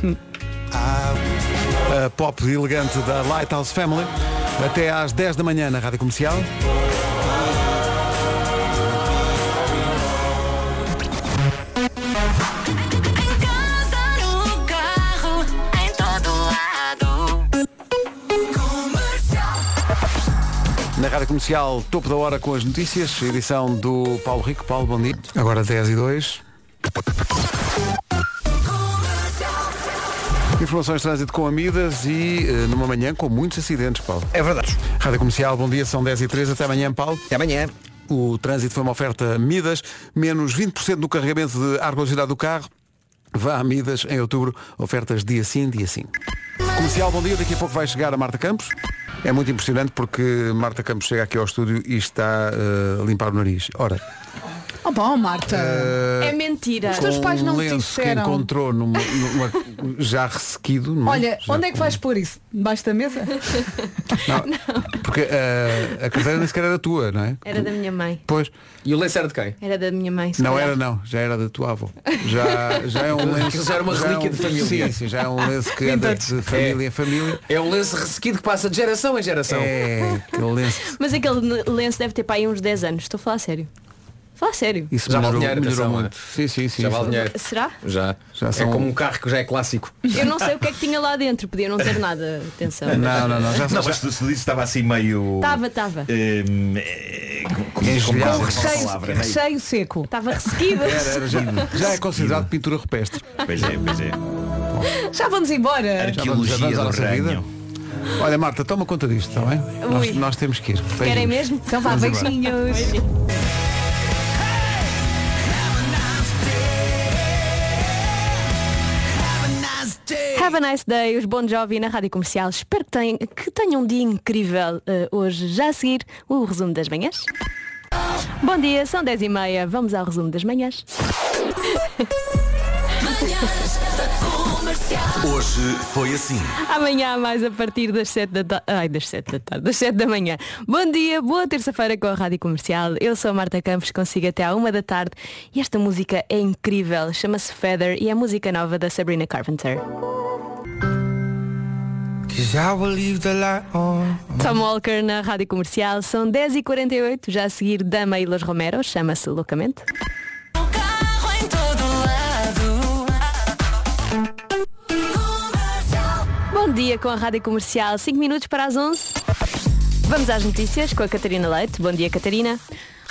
[SPEAKER 1] A pop elegante da Lighthouse Family. Até às 10 da manhã na Rádio Comercial.
[SPEAKER 2] No carro, em todo lado. Comercial.
[SPEAKER 1] Na Rádio Comercial, topo da hora com as notícias, edição do Paulo Rico. Paulo, bom dia. Agora 10 e 2. Informações de trânsito com amidas e eh, numa manhã com muitos acidentes, Paulo.
[SPEAKER 6] É verdade.
[SPEAKER 1] Rádio Comercial, bom dia, são 10 e 3, até amanhã, Paulo. Até
[SPEAKER 6] amanhã.
[SPEAKER 1] O trânsito foi uma oferta Midas, menos 20% do carregamento de ar-condicionado do carro. Vá a Midas em outubro, ofertas dia sim, dia sim. Comercial, bom dia, daqui a pouco vai chegar a Marta Campos. É muito impressionante porque Marta Campos chega aqui ao estúdio e está eh, a limpar o nariz. Ora,
[SPEAKER 7] Oh bom, Marta.
[SPEAKER 1] Eh,
[SPEAKER 10] É mentira.
[SPEAKER 1] com um lenço que encontrou numa- numa- já ressequido, não é?
[SPEAKER 7] Olha,
[SPEAKER 1] Já
[SPEAKER 7] onde é que
[SPEAKER 1] com-
[SPEAKER 7] vais pôr isso? Debaixo da mesa?
[SPEAKER 1] Porque eh, a cadeira nem sequer era tua, não é?
[SPEAKER 15] Era da minha mãe.
[SPEAKER 1] Pois. E o
[SPEAKER 5] é
[SPEAKER 1] lenço era de quem?
[SPEAKER 15] Era da minha mãe. se
[SPEAKER 1] Não
[SPEAKER 15] calhar.
[SPEAKER 1] era não, já era da tua avó. Já, já é um
[SPEAKER 5] Aquilo
[SPEAKER 1] lenço.
[SPEAKER 5] já era uma
[SPEAKER 1] é
[SPEAKER 5] relíquia
[SPEAKER 1] um-
[SPEAKER 5] de família.
[SPEAKER 1] Sim, sim, já é um lenço que é de, de família em família.
[SPEAKER 5] É um lance ressequido que passa de geração em geração.
[SPEAKER 1] É, aquele lenço.
[SPEAKER 10] Mas aquele lenço deve ter para aí uns 10 anos. Estou a falar a sério. Falar a sério.
[SPEAKER 1] Isso
[SPEAKER 5] Já vale
[SPEAKER 1] melhorou,
[SPEAKER 5] dinheiro,
[SPEAKER 1] melhorou
[SPEAKER 5] atenção, é.
[SPEAKER 1] muito. Sim, sim, sim.
[SPEAKER 5] Já vale dinheiro.
[SPEAKER 10] Será?
[SPEAKER 5] Já.
[SPEAKER 1] já
[SPEAKER 5] É como um carro que já é clássico.
[SPEAKER 10] Eu não sei o que é que tinha lá dentro. Podia não ter nada. Atenção.
[SPEAKER 1] Não, não, não. Já,
[SPEAKER 14] não, mas tu, tu disse que estava assim meio.
[SPEAKER 10] Estava, estava.
[SPEAKER 14] Ehm, eh, como- como- como-
[SPEAKER 1] Engelhado.
[SPEAKER 14] como-
[SPEAKER 1] Recheio-
[SPEAKER 14] palavra.
[SPEAKER 7] Recheio seco.
[SPEAKER 10] Estava ressequida.
[SPEAKER 1] Era, era, já, já é considerado pintura rupestre.
[SPEAKER 14] Pois é, pois é.
[SPEAKER 7] Já vamos embora.
[SPEAKER 1] Já vamos à
[SPEAKER 14] do
[SPEAKER 1] nossa
[SPEAKER 14] reino.
[SPEAKER 1] vida. Olha Marta, toma conta disto, está bem? Nós, nós temos que ir.
[SPEAKER 10] Querem
[SPEAKER 1] Beijinhos.
[SPEAKER 10] mesmo? Então vá,
[SPEAKER 1] Vamos embora.
[SPEAKER 2] Nice
[SPEAKER 10] beijinhos.
[SPEAKER 2] day.
[SPEAKER 15] Have a nice day, os Bon Jovi na Rádio Comercial. Espero que tenham, que tenham um dia incrível eh, hoje. Já a seguir, o resumo das manhãs. Bom dia, são 10 e meia. Vamos ao resumo das manhãs.
[SPEAKER 13] Hoje foi assim.
[SPEAKER 15] Amanhã há mais a partir das 7 da tarde. Ai, das 7 da tarde, das 7 da manhã. Bom dia, boa terça-feira com a Rádio Comercial. Eu sou a Marta Campos, consigo até à 1 da tarde e esta música é incrível. Chama-se Feather e é a música nova da Sabrina Carpenter. Tom Walker na Rádio Comercial, são 10h48, já a seguir Dama e Los Romero, chama-se Loucamente. Bom dia com a Rádio Comercial, 5 minutos para as 11. Vamos às notícias com a Catarina Leite. Bom dia, Catarina.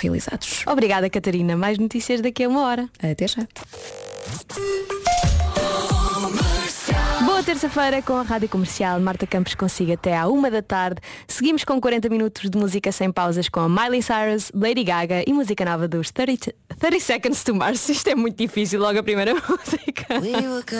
[SPEAKER 15] Realizados. Obrigada, Catarina. Mais notícias daqui a uma hora. Até já. Boa terça-feira com a Rádio Comercial. Marta Campos consigo até à uma da tarde. Seguimos com 40 minutos de música sem pausas com a Miley Cyrus, Lady Gaga e música nova dos 30, 30 Seconds to Mars. Isto é muito difícil logo a primeira música.